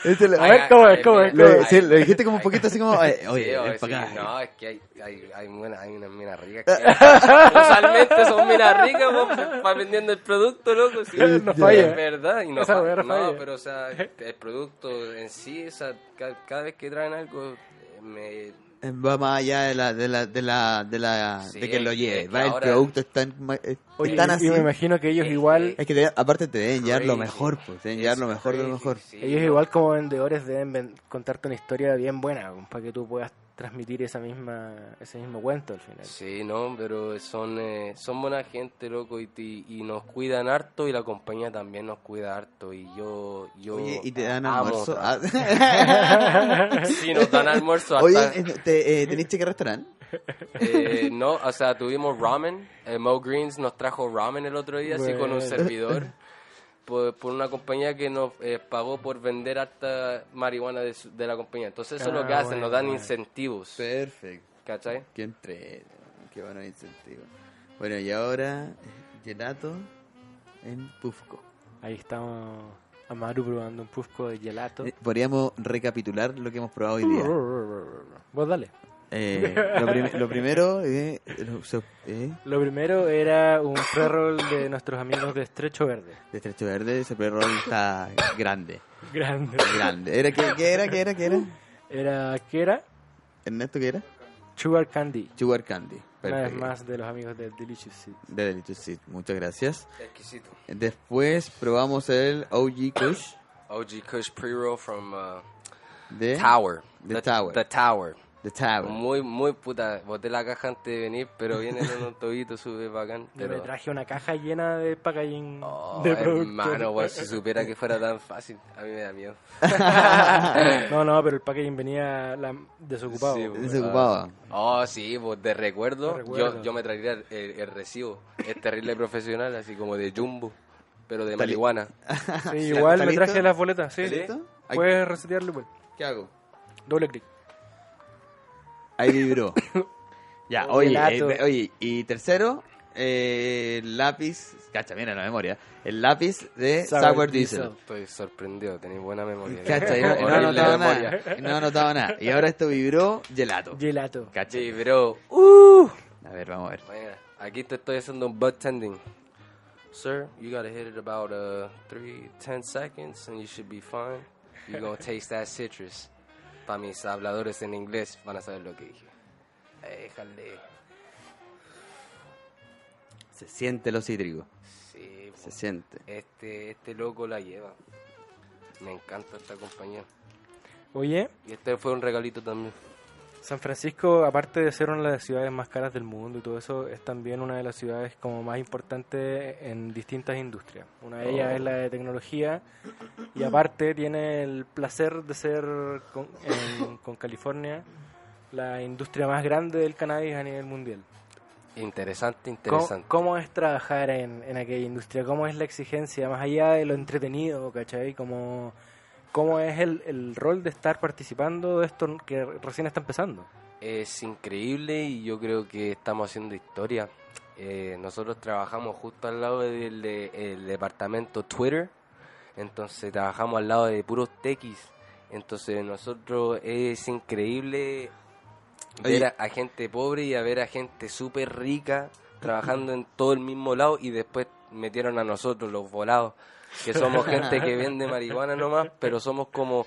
F: sí,
E: Este lo-
D: A ver, ¿cómo es? ¿Cómo es? ¿Cómo
E: lo,
D: es?
E: sí, lo dijiste como un poquito así como, eh,
F: Sí,
E: oye,
F: o
E: ven
F: decir,
E: para acá.
F: No, es que hay, hay, hay, buenas- hay unas minas ricas. que-
E: <laughs>
F: <laughs> usualmente son minas ricas, para vendiendo el producto,
E: <laughs>
F: loco. sí.
D: No falla.
F: Es verdad. Y no,
D: Esa
F: fa-
D: weá no
F: no,
D: falla.
F: pero o sea, el producto en sí, o sea, ca- cada, vez que traen algo, eh, me...
E: Eh, Va más allá de la, de la, de la, de la,
F: Sí,
E: de que lo
F: es que-
E: lleve.
F: es que
E: Va, el
F: ahora-
E: producto está en ma- eh,
D: <laughs> Oye,
E: están
D: y-
E: así.
D: y me imagino que ellos
F: Es
D: igual,
E: Es que te- aparte te deben llevar lo
F: crazy.
E: mejor, pues, te deben llevar lo
F: Es
E: mejor de lo
F: crazy,
E: mejor.
F: sí,
D: ellos
F: no.
D: igual como vendedores deben ven- contarte una historia bien buena para que tú puedas transmitir esa misma, ese mismo cuento al final.
F: Sí, no, pero son, eh, son buena gente, loco, y, ti- y nos cuidan harto y la compañía también nos cuida harto. Y yo. yo
E: Oye, y te dan
F: amo
E: almuerzo.
F: trabajar.
E: <laughs> Ah.
F: <laughs> Sí, nos dan almuerzo
E: <laughs>
F: hasta.
E: Oye, eh, te, eh, ¿tenéis que restaurante?
F: Eh, no, o sea, tuvimos ramen. Eh, Mo Greens nos trajo ramen el otro día, así con
D: Bueno.
F: un servidor.
D: <laughs>
F: Por, por una compañía que nos eh, pagó por vender harta marihuana de, su- de la compañía. Entonces, eso es lo que
D: Ah,
F: hacen, nos dan
D: bueno.
F: incentivos.
E: Perfecto.
F: ¿Cachai?
E: Qué entre. Qué bueno incentivo. Bueno, y ahora,
F: eh,
E: gelato en Pufco.
D: <laughs> Ahí estamos Amaru probando un pusco de gelato.
E: Eh, Podríamos recapitular lo que hemos probado
F: Uh,
E: hoy día.
D: Vos dale.
E: Eh, lo, prim- lo primero eh, lo- so- eh,
D: Lo primero era un pre-roll de nuestros amigos de Estrecho Verde.
E: de Estrecho Verde, ese perro está grande.
D: Grande.
E: Grande. ¿Era, qué, qué era? ¿Qué era? ¿Qué era?
D: Era, ¿qué era?
E: ¿Ernesto qué era?
D: Sugar Candy.
E: Sugar Candy.
D: Una vez
E: Perfecto.
D: más de los amigos de Delicious Seeds.
E: De Delicious Seed. Muchas gracias.
F: Exquisito.
E: Después probamos el OG Kush
F: OG Kush Pre-Roll from uh,
E: de
F: Tower.
E: ¿Eh? The Tower.
F: The Tower.
E: The Tower.
F: Muy, muy puta. Boté la caja antes de venir, pero viene en un tobito, sube bacán.
D: Yo
F: Pero...
D: me traje una caja llena de packaging
F: Oh,
D: de productos.
F: hermano, weón, si supiera que fuera tan fácil, a mí me da miedo.
D: No, no, pero el packaging venía la- desocupado.
F: Sí,
E: pues,
F: weón.
E: Desocupado.
F: Oh, sí, pues de recuerdo,
D: De recuerdo.
F: Yo, yo me traería el, el recibo. Es terrible profesional, así como de jumbo, pero de
E: Está li-
F: marihuana.
D: Sí, igual
E: ¿Está
D: me traje
E: listo?
D: las boletas, sí.
E: ¿Está listo? Ahí-
D: Puedes resetearlo igual.
E: ¿Qué hago?
D: Doble clic.
E: Ahí vibró. <laughs> ya, oye,
D: Gelato.
E: eh, oye, y tercero, eh, el lápiz, cacha, mira la memoria, el lápiz de
D: Sour
E: Eh, Sour,
D: Diesel.
E: Diesel.
F: Estoy sorprendido, tenéis buena memoria.
E: <laughs> Cacha, y no, y no
F: Horrible
E: anotaba
F: memoria.
E: nada, y no anotaba nada. Y ahora esto vibró gelato.
D: Gelato.
E: Cacha.
F: Sí, bro.
E: A ver, vamos a ver.
F: Mira, aquí te estoy haciendo un bartending. Sir, you gotta hit it about uh, 3, 10 seconds and you should be fine. You're <laughs> gonna taste that citrus. Para mis habladores en inglés van a saber lo que dije. Déjale.
E: Se siente lo cítrico,
F: Sí, po.
E: se siente.
F: este, este loco la lleva. Me encanta esta compañía.
D: Oye,
F: Y este fue un regalito también.
D: San Francisco, aparte de ser una de las ciudades más caras del mundo y todo eso, es también una de las ciudades como más importantes en distintas industrias. Una de
E: Oh.
D: ellas es la de tecnología y aparte tiene el placer de ser con, en- con California la industria más grande del cannabis a nivel mundial.
F: Interesante,
D: ¿Cómo,
F: interesante.
D: cómo es trabajar en, en aquella industria? ¿Cómo es la exigencia? Más allá de lo entretenido, ¿cachai? ¿Cómo, cómo es el, el rol de estar participando de esto que recién está empezando?
F: Es increíble y yo creo que estamos haciendo historia. Eh, nosotros trabajamos justo al lado del de- el departamento Twitter, entonces trabajamos al lado de puros tequis. Entonces nosotros es increíble ver
E: Oye.
F: a, a gente pobre y a ver a gente súper rica trabajando en todo el mismo lado y después metieron a nosotros los volados, que somos gente que vende marihuana nomás, pero somos como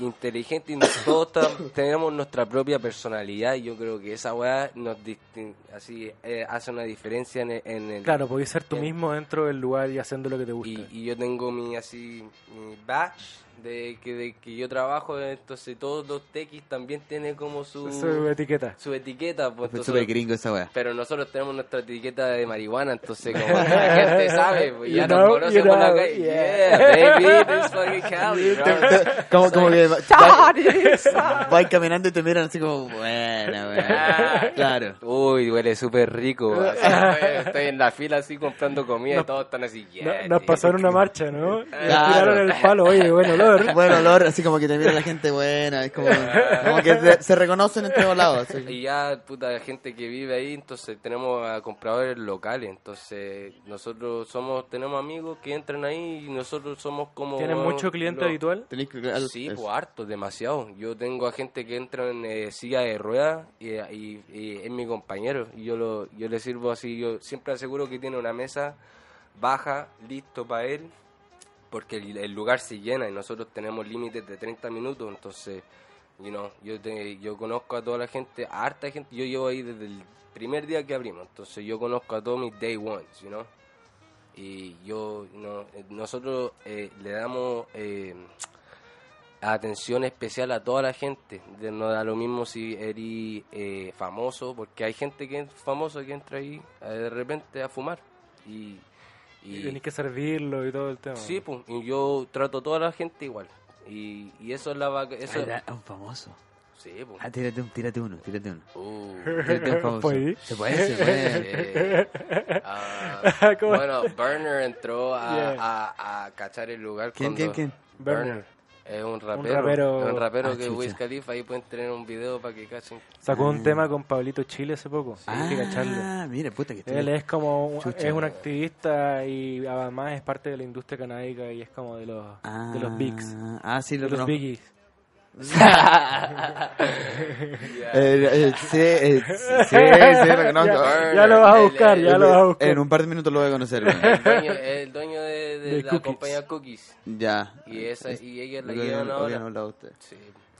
F: inteligentes y nos- <coughs> todos ta- tenemos nuestra propia personalidad y yo creo que esa weá nos distin- así eh, hace una diferencia en el, en el-
D: Claro, podés ser tú
F: Bien.
D: mismo dentro del lugar y haciendo lo que te gusta.
F: y, y yo tengo mi así mi batch de que, de que yo trabajo entonces todos los tequis también tienen como su
D: Su e-, etiqueta.
F: su etiqueta pues,
E: Fue
F: entonces-
E: súper gringo
D: <laughs>
E: esa weá.
F: pero nosotros tenemos nuestra etiqueta de marihuana, entonces como la gente sabe, pues,
D: You
F: ya
D: know,
F: nos conoce
D: you
F: por la
D: know,
F: calle.
D: yeah.
F: Yeah. baby, this
D: <laughs>
F: fucking Cali, bro.
E: Como, como que vais va caminando y te miran así como,
D: <laughs>
E: bueno, bueno. Claro.
F: Uy, huele súper rico. así, estoy, estoy en la fila así comprando comida y todos están así.
D: No-
F: Yeah,
D: nos
F: tío.
D: pasaron una marcha, ¿no? Y
E: Claro.
D: tiraron el palo, oye, buen olor.
E: Buen olor, así como que te mira la gente buena, es como, como que se, se reconocen entre todos lados. así.
F: Y ya, puta, la gente que vive ahí, entonces tenemos a compradores locales. Entonces, nosotros somos, tenemos amigos que entran ahí y nosotros somos <laughs> como.
D: ¿Tienen mucho cliente
F: los-
D: habitual?
E: Tenéis que- claro,
F: Sí,
E: es-
F: pues harto, demasiado. Yo tengo a gente que entra en eh, silla de ruedas y, y- y es mi compañero. Y yo, lo, yo le sirvo así, yo siempre aseguro que tiene una mesa baja, listo para él, porque el, el lugar se llena y nosotros tenemos límites de 30 minutos, entonces, you know, yo, te- yo conozco a toda la gente, a harta gente, yo llevo ahí desde el primer día que abrimos, entonces yo conozco a todos mis day ones, you know. Y yo, you know, eh, nosotros eh, le damos... eh, atención especial a toda la gente. De- No da lo mismo si eres eh, famoso, porque hay gente que es famoso que entra ahí eh, de repente a fumar. Y, y-
D: Y tenés que servirlo y todo el tema.
F: sí, pues, y yo trato a toda la gente igual. Y, y eso es la vaca. Eso,
E: Era Ah, un famoso.
F: sí, pues.
E: Ah, tírate, un- tírate uno, tírate uno.
F: Uh,
D: <laughs>
E: Tírate
D: Pues
E: un famoso.
D: ¿Puedo?
E: Se puede, se puede.
F: eh,
E: <laughs>
F: ah,
D: ¿Cómo?
F: bueno, Burner entró a,
D: Yeah.
F: a- a cachar el lugar.
E: ¿Quién, quién, quién?
F: cuando- Burner. Es un rapero.
D: rapero.
F: Es un rapero
E: Ah,
F: que
E: chucha.
F: Wiz Khalifa. Ahí pueden tener un video para
E: <laughs>
F: que cachen.
D: Sacó
F: Mm.
D: un tema con Pablito Chile hace poco. hay que cacharlo.
E: Ah, mira, puta que estoy-
D: Él es como un-
E: Chucha.
D: es un activista y además es parte de la industria canábica y es como de los
E: Ah,
D: de los bigs,
E: Ah, sí,
D: de
E: lo
D: los
E: conozco.
D: biggies.
E: Eh, eh, sí, eh, sí, sí,
D: <laughs>
E: lo conozco.
D: ya, ya lo vas a
F: El-
D: buscar, ya
F: el-
D: lo vas a buscar.
E: eh, En un par de minutos lo voy a conocer.
F: <laughs>
E: güey.
F: El dueño, el dueño de, de
D: De
F: la
D: Cookies.
F: compañía Cookies.
E: Ya.
F: Y esa y ella es la
E: Eh, Lo que
F: llevan
E: habían- habían
F: ahora.
E: hablado ustedes.
F: Sí,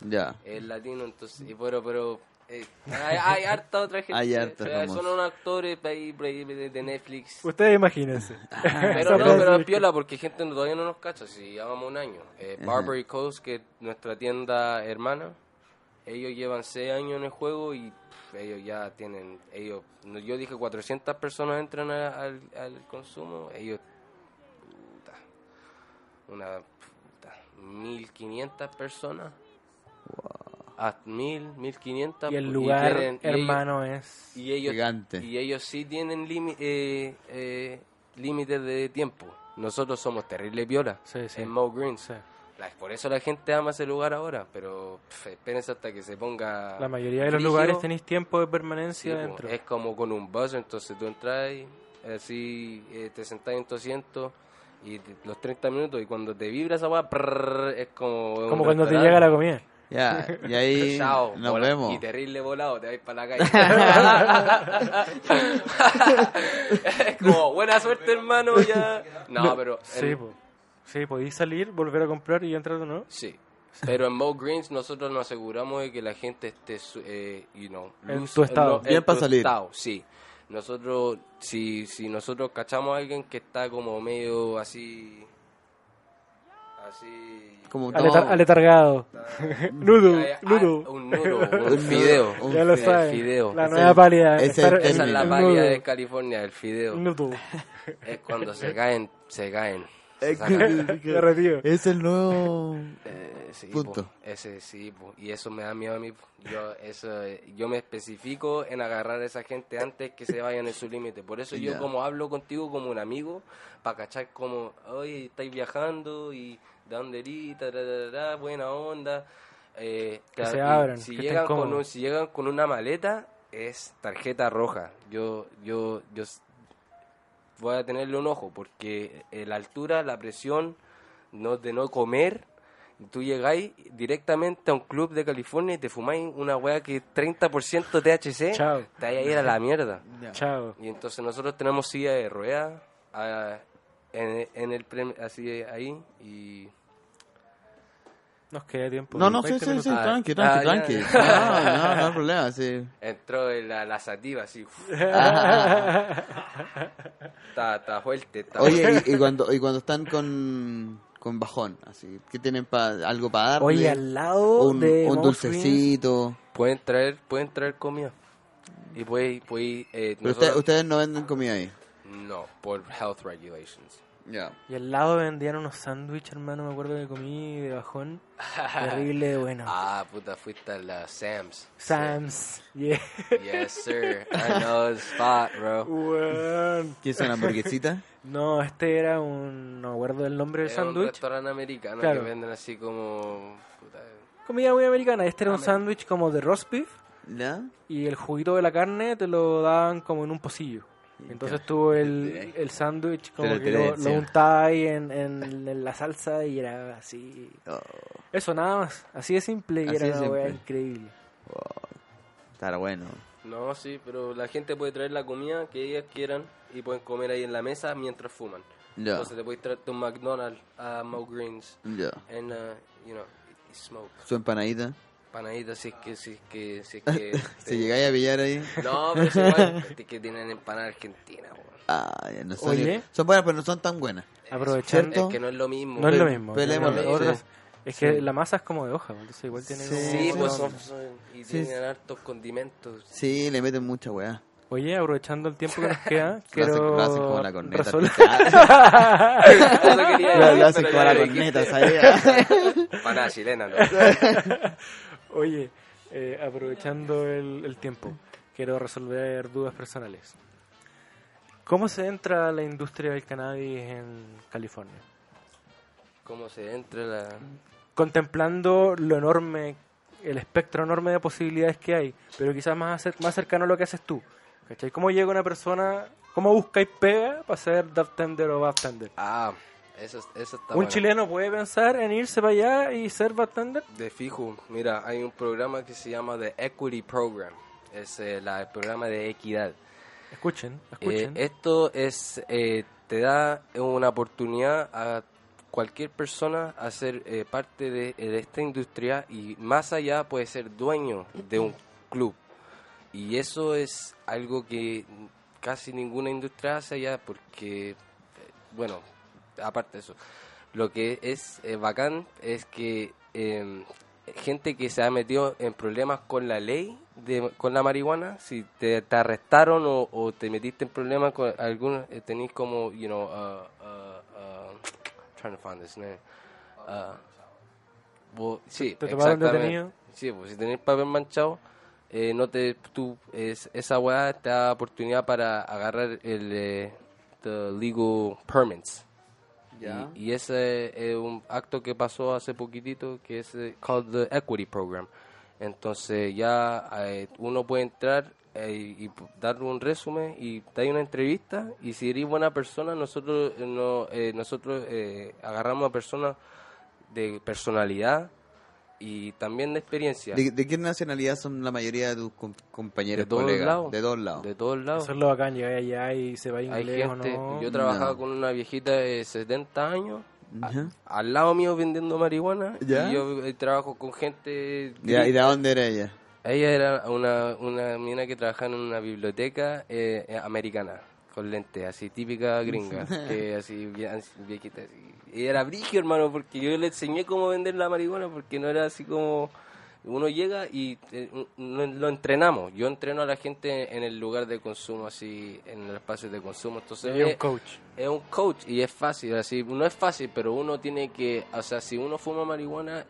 E: Ya.
F: es latino, entonces. Y bueno, pero. eh, hay, hay harta otra gente.
E: Hay harta,
F: O sea,
E: famoso.
F: son unos actores de, ahí, por ahí, de, de Netflix.
D: Ustedes
E: <laughs>
D: imagínense.
E: Ah,
F: Pero no, pero es piola porque gente no- todavía no nos cacha, si llevamos un año. Eh, Barbary Coast, que es nuestra tienda hermana, ellos llevan 6 años en el juego y pff, ellos ya tienen, ellos, no, yo dije 400 personas entran a- al, al consumo, ellos, puta, una, puta, 1500 personas. A mil, mil quinientas.
D: Y el lugar,
F: tienen- y ellos-
D: hermano, es...
F: y ellos,
E: Gigante.
F: Y ellos sí tienen límites eh, eh, límites de tiempo. Nosotros somos terrible viola
D: Sí, sí.
F: en Mo Green.
D: Sí.
F: La- por eso la gente ama ese lugar ahora, pero pf, espérense hasta que se ponga.
D: La mayoría de los
F: brígido.
D: lugares tenéis tiempo de
F: Sí,
D: permanencia
F: po,
D: dentro.
F: Es como con un buzzer, entonces tú entras y así eh, te sentás en tu asiento y te- los 30 minutos y cuando te vibra esa weá, prrr, es como. un
D: Como cuando te
F: restaurante.
D: llega la comida.
E: Ya, y ahí
F: Chao,
E: nos
F: vola-
E: vemos.
F: Y terrible volado, te vais para la
D: <laughs>
F: calle. Es <laughs> como, buena suerte, hermano, ya. No, pero.
D: Sí,
F: en-
D: po. Sí, podéis salir, volver a comprar y entrar de nuevo.
F: sí. Pero en Mo Greens nosotros nos aseguramos de que la gente esté, su- eh, you know,
D: En
F: loose-
D: tu estado.
F: no, en
E: Bien pa'
F: tu
E: salir.
F: estado, sí. Nosotros, si, si nosotros cachamos a alguien que está como medio así. Así.
E: Como no,
D: Aleta-
E: <laughs>
D: aletargado. <laughs> nudo,
F: Ah,
D: nudo.
F: Un nudo,
D: <laughs>
F: un fideo.
E: un
D: Ya lo
E: fideo.
D: saben.
F: fideo.
D: La
E: Ese-
D: nueva pálida.
E: ese
D: estar
E: es el
F: Esa es la
E: El
F: válida de California, el fideo.
D: Nudo. nudo.
F: Es cuando se caen, se caen.
E: Eh,
F: Se <laughs> sacan.
D: Ya retiro.
E: Es el nuevo.
F: Eh, sí,
E: Punto.
F: po. Ese sí, po. y eso me da miedo a mí. po. Yo, eso, eh, yo me especifico en agarrar a esa gente antes que se vayan en su límite. Por eso yo
E: Ya.
F: como hablo contigo como un amigo, para cachar como, oye, estáis viajando y de dónde erís, ta, ta, ta, ta, buena onda. Eh,
D: Que
F: claro,
D: se
F: y
D: abran,
F: si,
D: que estén
F: llegan con
D: cómodos.
F: un- si llegan con una maleta, es tarjeta roja. Yo, yo, yo s- voy a tenerle un ojo, porque eh, la altura, la presión no, de no comer, tú llegáis directamente a un club de California y te fumáis una weá que 30% THC,
D: Chao.
F: te vais a ir a la mierda.
D: Chao.
F: Y entonces nosotros tenemos silla de ruedas ah, en, en el prem- así ahí y
D: Nos queda tiempo.
E: No, no, sí,
D: 20
E: sí, sí,
D: minutos.
F: Ah,
E: tranqui,
F: ah,
E: tranqui,
F: ya,
E: tranqui. No, no, no hay problema, sí.
F: entró la, la sativa así. uf, Está, está fuerte. Está
E: Oye, y, y cuando, y cuando están con, con bajón, así, ¿qué tienen para algo para darle?
D: Oye, al lado
E: un,
D: de
E: un
D: Mount Greens,
E: dulcecito.
F: Pueden traer, pueden traer comida. Y puede, puede, eh,
E: Pero
F: nosotros-
E: usted- ustedes no venden comida ahí.
F: No, por health regulations.
E: Ya.
D: Y al lado vendían unos sándwiches, hermano, me acuerdo que comí de
E: <laughs>
D: bajón. Terrible de bueno.
F: Ah, puta, fuiste a la Sam's.
D: Sam's. Yeah.
F: Yes, sir. I know the spot,
D: <laughs>
F: bro.
D: Weón.
E: ¿Qué es una <laughs> hamburguesita?
D: No, este era un... No me acuerdo el nombre del
F: Era un
D: sándwich.
F: restaurante americano
D: Claro.
F: que venden así como... Puta,
D: Comida muy americana. Este era un sándwich como de roast beef
E: ¿Ya?
D: y el juguito de la carne te lo daban como en un pocillo. Entonces tú el, el sándwich como
E: Te lo
D: que lo, lo
E: tiré, sí.
D: untabas ahí en, en, en la salsa y era así.
E: Oh,
D: Eso nada más. Así de simple y
E: Así
D: era
E: de
D: una weá
E: simple.
D: increíble.
E: estará bueno.
F: No, sí, pero la gente puede traer la comida que ellas quieran y pueden comer ahí en la mesa mientras fuman.
E: Ya.
F: Entonces te puedes traer tu McDonald's a Mo Greens
E: Ya.
F: and, uh, you know, y smoke.
E: Su empanadita.
F: Panaditas si es que, si es que, si es
E: <laughs>
F: que... este,
E: Si llegáis a pillar ahí.
F: No, pero
E: <laughs>
F: es igual, es que tienen empanada argentina, weón.
E: Ah, ya no son,
D: Oye.
E: son buenas, pero no son tan buenas.
D: Aprovechando.
E: ¿Cierto?
F: Es que no es lo mismo.
D: No es lo
E: Pe-
D: mismo.
E: peleémoslo,
D: Otras-
E: sí.
D: Es que
E: Sí.
D: la masa es como de hoja, entonces igual tiene
E: Sí,
D: como
F: Sí,
D: esa
F: pues
D: onda.
F: son, son- y
E: Sí.
F: tienen hartos <laughs> condimentos.
E: Sí, le meten mucha weá.
D: Oye, aprovechando el tiempo que
E: <laughs>
D: nos queda,
E: Lo hacen-
D: quiero
E: lo hacen como la corneta.
D: resol-
F: Ah, Eso
E: <laughs>
F: quería
E: Lo,
F: decir,
E: lo hacen
F: pero
E: como
F: ya
E: la
F: lo
E: corneta,
F: <laughs>
E: ¿sabes?
F: dijiste. Maná chilena, <laughs> ¿no?
D: Oye, eh, aprovechando el, el tiempo, quiero resolver dudas personales. ¿Cómo se entra a la industria del cannabis en California?
F: ¿Cómo se entra la...?
D: Contemplando lo enorme, el espectro enorme de posibilidades que hay, pero quizás más, acer- más cercano a lo que haces tú. ¿Cachai? ¿Cómo llega una persona, cómo busca y pega para ser dabtender o bartender?
F: Ah, eso, eso está
D: Un
F: bueno.
D: chileno puede pensar en irse para allá y ser bartender.
F: De fijo, mira, hay un programa que se llama The Equity Program. Es eh, la- el programa de equidad.
D: Escuchen,
F: Eh,
D: escuchen.
F: esto es eh, te da una oportunidad a cualquier persona a ser eh, parte de, de esta industria y más allá puede ser dueño de un club. Y eso es algo que casi ninguna industria hace allá porque, eh, bueno, aparte de eso, lo que es eh, bacán es que eh, gente que se ha metido en problemas con la ley, de, con la marihuana, si te, te arrestaron o, o te metiste en problemas con algunos, eh, tenés como, you know, uh, uh, uh, trying to find this name. Uh, bo- sí,
D: Te tomaron
F: exactamente.
D: detenido.
F: Sí, pues si tenés papel manchado, eh, no te, tú, es, esa weá te da oportunidad para agarrar el eh, the legal permits.
E: Ya.
F: Y, y ese es un acto que pasó hace poquitito que es eh, called the Equity Program. Entonces ya eh, uno puede entrar eh, y p- darle un resumen y te hay una entrevista y si eres buena persona nosotros eh, no, eh, nosotros eh, agarramos a personas de personalidad y también de experiencia.
E: ¿De, de qué nacionalidad son la mayoría de tus com- compañeros
F: De todos
E: colegas?
F: lados.
E: De todos lados.
F: De todos lados.
D: Eso es lo bacán, llegar allá y se va
F: Hay
D: inglés
F: gente,
D: o no.
F: yo trabajaba
E: No.
F: con una viejita de 70 años, a-
E: Ujú.
F: al lado mío vendiendo marihuana,
E: ¿Ya?
F: y yo eh, trabajo con gente...
E: Ya, ¿Y de dónde era ella?
F: Ella era una, una mina que trabajaba en una biblioteca eh, eh, americana, con lentes, así
E: <laughs>
F: típica gringa, que así bien- viejita. así. Y era brillo, hermano, porque yo le enseñé cómo vender la marihuana, porque no era así como... Uno llega y eh, lo lo entrenamos. Yo entreno a la gente en el lugar de consumo, así, en el espacio de consumo. Entonces,
D: Sería un
F: eh,
D: coach.
F: es un coach y es fácil, así, no es fácil, pero uno tiene que, o sea, si uno fuma marihuana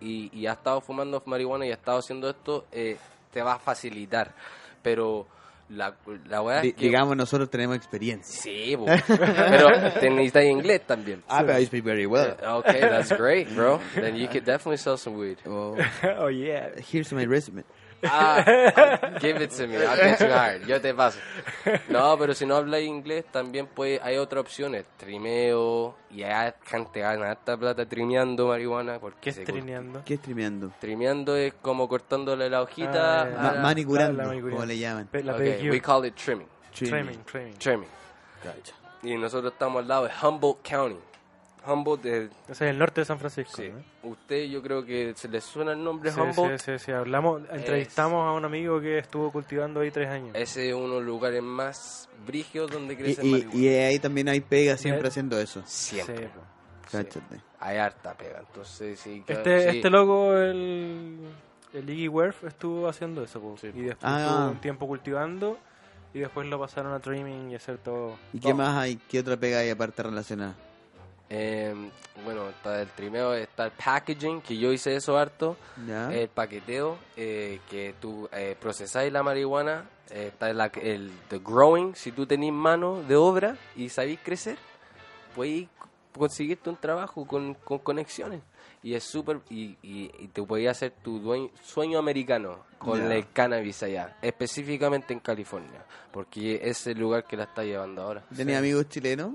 F: y, y ha estado fumando marihuana y ha estado haciendo esto, eh, te va a facilitar, pero la, la weá
E: Di-
F: es que...
E: digamos, nosotros tenemos experiencia.
F: Sí, bo. pero te necesitas inglés también. Eh,
E: Ah, pero I speak very
F: <laughs>
E: well.
F: Okay, that's great, bro. Then you could definitely sell some weed.
E: Oh,
D: <laughs> oh, yeah.
E: here's my resume.
F: Ah,
D: <laughs>
F: give it to me, I'll get you hired. Yo te paso. No, pero si no hablas inglés, también pues hay otras opciones. Trimeo, y hay gente gana harta plata trimeando marihuana. Porque
D: ¿Qué es
F: se cur-
D: trineando?
E: ¿Qué es trimeando?
F: Trimeando es como cortándole la hojita.
D: Ah, ya.
F: a
E: Ma-
F: la-
E: manicurando,
D: la manicurando.
E: como le llaman.
D: Pe- La
F: Ok,
D: pedicure.
F: we call it trimming.
D: Trimming, trimming.
F: Trimming. Y nosotros estamos al lado de Humboldt County. Humboldt, de,
D: Ese es el norte de San Francisco.
F: sí.
D: ¿no?
F: Usted yo creo que se le suena el nombre
D: Sí,
F: Humboldt.
D: sí, sí, sí. Hablamos, entrevistamos a un amigo que estuvo cultivando ahí tres años.
F: Ese es uno de los lugares más brígidos donde
E: Y,
F: crece
E: y-
F: marihuana.
E: y ahí también hay pega siempre
D: Ya.
E: haciendo eso.
F: Siempre.
D: ¿Eh? Sí, po.
E: Cáchate.
F: Hay harta pega, entonces sí. claro,
D: Este,
F: sí.
D: este loco, el, el Iggy Werf, estuvo haciendo eso. po. y
F: pues.
D: después
E: Ah.
D: estuvo un tiempo cultivando y después lo pasaron a trimming y hacer todo.
E: ¿Y qué más hay? ¿Qué otra pega hay aparte relacionada?
F: Eh, bueno, está el trimeo, está el packaging, que yo hice eso harto.
D: Ah.
E: ¿Ya?
F: El paqueteo, eh, que tú eh, procesáis la marihuana. eh, está la- el the growing, si tú tenés mano de obra y sabéis crecer, puedes conseguirte un trabajo con, con conexiones. Y es súper. Y, y, y te podías hacer tu dueño- sueño americano con
E: Ya.
F: el cannabis allá, específicamente en California, porque es el lugar que la está llevando ahora.
E: ¿Tenía amigos chilenos?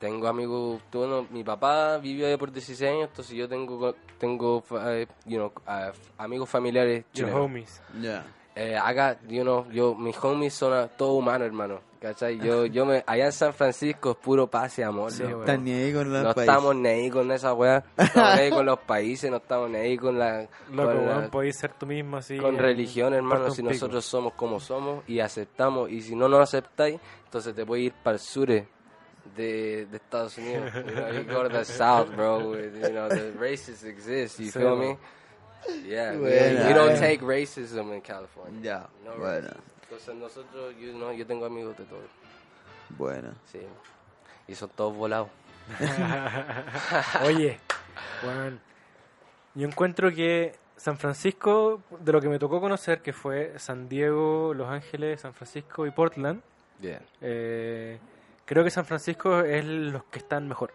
F: Tengo amigos, tú no- mi papá vivió allá por 16 años, entonces yo tengo co- tengo eh, you know, ah, f- amigos familiares
D: Los
F: chilenos.
D: homies.
E: Ya.
F: Eh, acá, you know, yo, mis homies son a- todo humano, hermano. ¿Cachai?
D: <laughs>
F: Yo, yo me, allá en San Francisco es puro paz y amor.
D: Sí,
F: loco.
D: weón.
E: ¿Están ni ahí con los
F: No
E: países?
F: estamos ni ahí con esa weá, no estamos ni ahí con los países, no estamos ni ahí con la,
D: Loco,
F: con la-
D: weón, podéis ser tú mismo así.
F: con
D: eh,
F: religión, hermano,
D: importa un
F: si
D: pico.
F: nosotros somos como somos y aceptamos, y si no nos aceptáis, entonces te puedes ir para el sur de, de Estados Unidos. You know, you go
D: <laughs>
F: to the South, bro. with, You know, the racists exist. You
D: Sí,
F: feel
D: bro.
F: me? Yeah.
E: Buena,
F: you don't
E: eh.
F: take racism in California.
E: Ya,
F: No
E: bueno,
F: racism. Entonces nosotros, you know, yo tengo amigos de todo.
E: bueno.
F: Sí. Y son todos volados.
D: Oye, weón, yo encuentro que San Francisco, de lo que me tocó conocer, que fue San Diego, Los Ángeles, San Francisco y Portland,
F: Bien.
D: eh, creo que San Francisco es los que están mejor.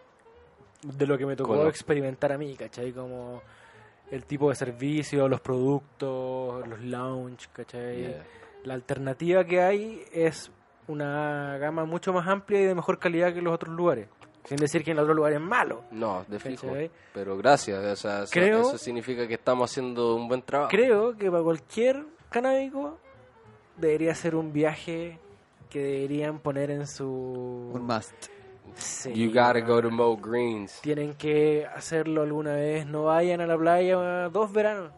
D: De lo que me tocó
F: Conozco.
D: experimentar a mí, ¿cachai? Como el tipo de servicio, los productos, los lounge, ¿cachai? La alternativa que hay es una gama mucho más amplia y de mejor calidad que los otros lugares. Sin decir que en los otros lugares es malo.
F: No, de fijo.
D: ¿Cachai?
F: Pero gracias. O sea, eso,
D: Creo-
F: eso significa que estamos haciendo un buen trabajo.
D: Creo que para cualquier canábico debería ser un viaje que deberían poner en su...
F: Uh.
E: Un must.
D: Sí,
F: You gotta
D: weón.
F: go to Mo Greens.
D: Tienen que hacerlo alguna vez. No vayan a la playa weón, dos veranos.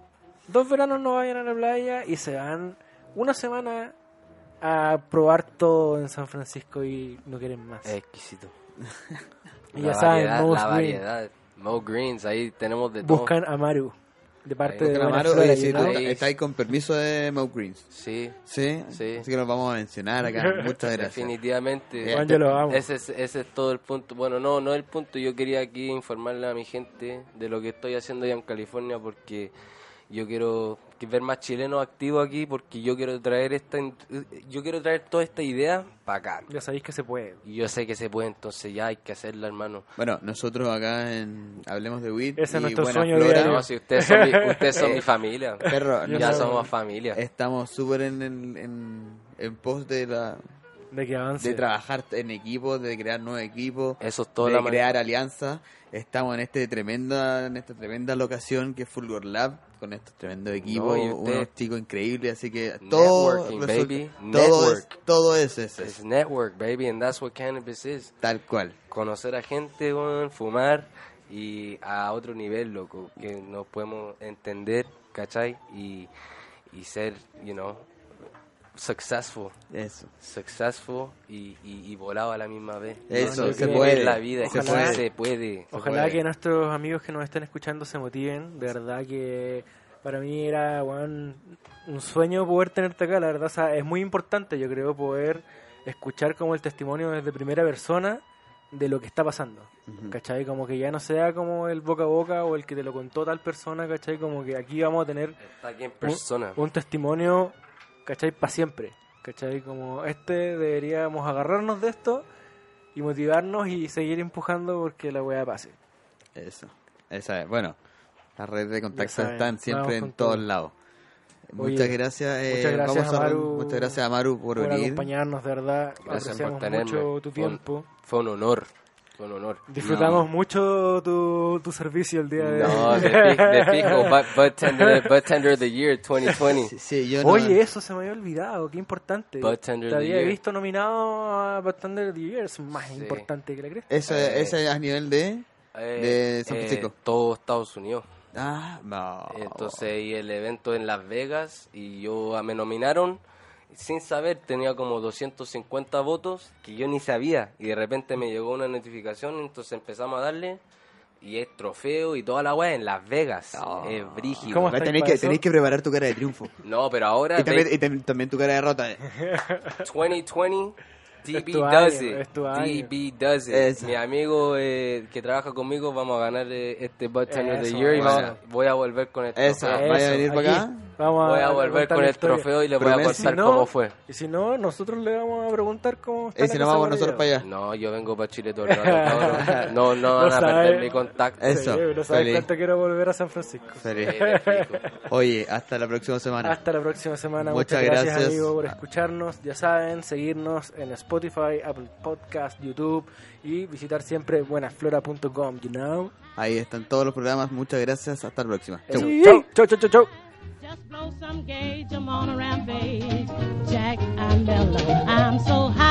D: Dos veranos no vayan a la playa y se van una semana a probar todo en San Francisco y no quieren más.
F: Es
D: <laughs>
F: exquisito.
D: y
F: La
D: ya saben,
F: variedad,
D: Moe's
F: la
D: Green.
F: variedad. Mo Greens, ahí tenemos de todo.
D: Buscan a Maru. De parte
F: Ahí
D: de
E: Otra
D: Buena
E: mano,
D: Flora,
E: oye,
D: you
E: sí,
D: know?
E: está- está ahí con permiso de Mo Greens.
F: Sí,
E: ¿Sí?
F: Sí.
E: Así que los vamos a mencionar acá.
D: <laughs>
E: Muchas gracias.
F: definitivamente.
E: Bueno,
D: Juan, yo lo amo.
F: Ese es, ese es todo el punto. Bueno, no, no el punto. Yo quería aquí informarle a mi gente de lo que estoy haciendo ya en California porque yo quiero que- ver más chilenos activos aquí porque yo quiero traer esta, in- yo quiero traer toda esta idea para acá.
D: Ya sabéis que se puede.
F: Y yo sé que se puede, entonces ya hay que hacerla, hermano.
E: Bueno, nosotros acá en Hablemos de WIT.
D: Ese es
E: y
D: nuestro
E: Buena
D: sueño
E: Flora,
D: diario.
F: No, si ustedes son mi, ustedes son mi familia.
E: Eh, Perro,
F: ya
E: nosotros
F: somos familia.
E: Estamos súper en, en, en, en pos de, la,
D: De que avance.
E: de trabajar en equipo, de crear nuevos equipos.
F: Eso es todo
E: de
F: la manera.
E: crear alianzas. Estamos en este tremenda, en esta tremenda locación que es Fulgor Lab, con estos tremendos equipos,
F: y usted-
E: unos chicos increíbles, así que todo
F: Networking,
E: resulta-
F: baby.
E: todo es,
F: Network.
E: todo es eso,
F: It's network, baby, and that's what cannabis is.
E: tal cual.
F: Conocer a gente, weón, fumar y a otro nivel, loco, que nos podemos entender, ¿cachai? Y, y ser, you know, successful,
E: Eso.
F: successful y, y, y volado a la misma vez.
E: Eso,
F: No, no
D: se
F: vivir
E: puede.
F: la vida,
D: Ojalá.
F: se puede, se puede.
D: Ojalá
E: puede.
D: que nuestros amigos que nos estén escuchando se motiven. De verdad que para mí era weón, un sueño poder tenerte acá. La verdad, o sea, es muy importante, yo creo, poder escuchar como el testimonio desde primera persona de lo que está pasando. ¿Cachai? Como que ya no sea como el boca a boca o el que te lo contó tal persona, ¿cachai? Como que aquí vamos a tener
F: Está aquí en persona.
D: un testimonio, ¿cachai? Para siempre, ¿cachai? Como este deberíamos agarrarnos de esto y motivarnos y seguir empujando porque la weá pase.
E: Eso. Esa es. Bueno, las redes de contacto
D: saben,
E: están siempre
D: vamos
E: en
D: con
E: todos
D: todo.
E: lados.
D: Oye,
E: Muchas gracias, eh,
D: muchas gracias,
E: vamos a-
D: Amaru,
E: muchas gracias Amaru por,
D: por
E: venir.
D: acompañarnos, de verdad.
F: Gracias por
D: Apreciamos
F: tenerme.
D: mucho tu
F: Fue un-
D: tiempo.
F: Fue un honor, fue un honor.
D: Disfrutamos mucho tu, tu servicio el día de
E: <laughs>
F: No,
D: hoy.
F: de, fi- de
D: <laughs>
F: fijo, but- Bartender bartender of the Year 2020.
E: Sí, sí, yo no-
D: Oye, eso se me había olvidado, qué importante.
F: Bartender
D: Te
F: of the
D: había
F: Year.
D: visto nominado a Bartender of the Year, es más
F: Sí.
D: importante que la cresta.
E: eso,
F: Eh,
E: eso es a nivel de... <laughs>
F: Eh,
E: de San
F: eh,
E: Francisco.
F: todo Estados Unidos.
E: Ah, no.
F: Entonces, y el evento en Las Vegas, y yo ah, me nominaron sin saber, tenía como 250 votos que yo ni sabía, y de repente me llegó una notificación, entonces empezamos a darle, y es trofeo y toda la weá en Las Vegas.
E: Ah.
F: Es brígido.
D: ¿Cómo?
E: Ahora
D: estáis
E: Tenés
D: para
E: que,
D: eso?
E: tenés que preparar tu cara de triunfo.
F: No, pero ahora,
E: Y también, y tam- también tu cara de rota. eh.
F: 2020 DB
D: tu
F: does
D: año,
F: it.
D: es tu año.
F: DB does it.
E: Eso.
F: Mi amigo eh, que trabaja conmigo, vamos a ganar eh, este Bartender of
D: Eso,
F: the Year y
E: bueno.
F: vamos- voy a volver con este el
E: Eso,
F: trofeo.
E: vaya a venir para acá.
D: aquí. Vamos
F: Voy a
D: a
F: volver
D: contar
F: con
D: la
F: el
D: historia.
F: trofeo y le voy a
E: Promesa.
F: contar
D: Si no-
F: cómo fue.
D: Y si no, nosotros le vamos a preguntar cómo está
E: Y si
D: la
E: no
D: cosa
E: vamos
D: por
E: nosotros
D: allá.
E: para allá.
F: No, yo vengo para Chile todo
D: <laughs>
F: el rato. No, no, no, no
D: No
F: van a perder
D: sabe.
F: mi contacto.
E: Eso.
D: Sí, no sabes
E: feliz.
D: cuánto quiero volver a San Francisco.
E: Feliz.
F: Eh, me explico.
E: Oye, hasta la próxima semana.
D: Hasta la próxima semana.
E: Muchas
D: Muchas, gracias,
E: gracias.
D: amigo, por escucharnos. Ya saben, seguirnos en Spotify, Apple Podcast, YouTube y visitar siempre buenaflora.com, you know.
E: Ahí están todos los programas. Muchas gracias. Hasta la próxima. Chau.
D: Eso. Chau, chau, chau, chau, chau.
A: Just blow some gauge, I'm on a rampage. Jack, I'm mellow. I'm so high.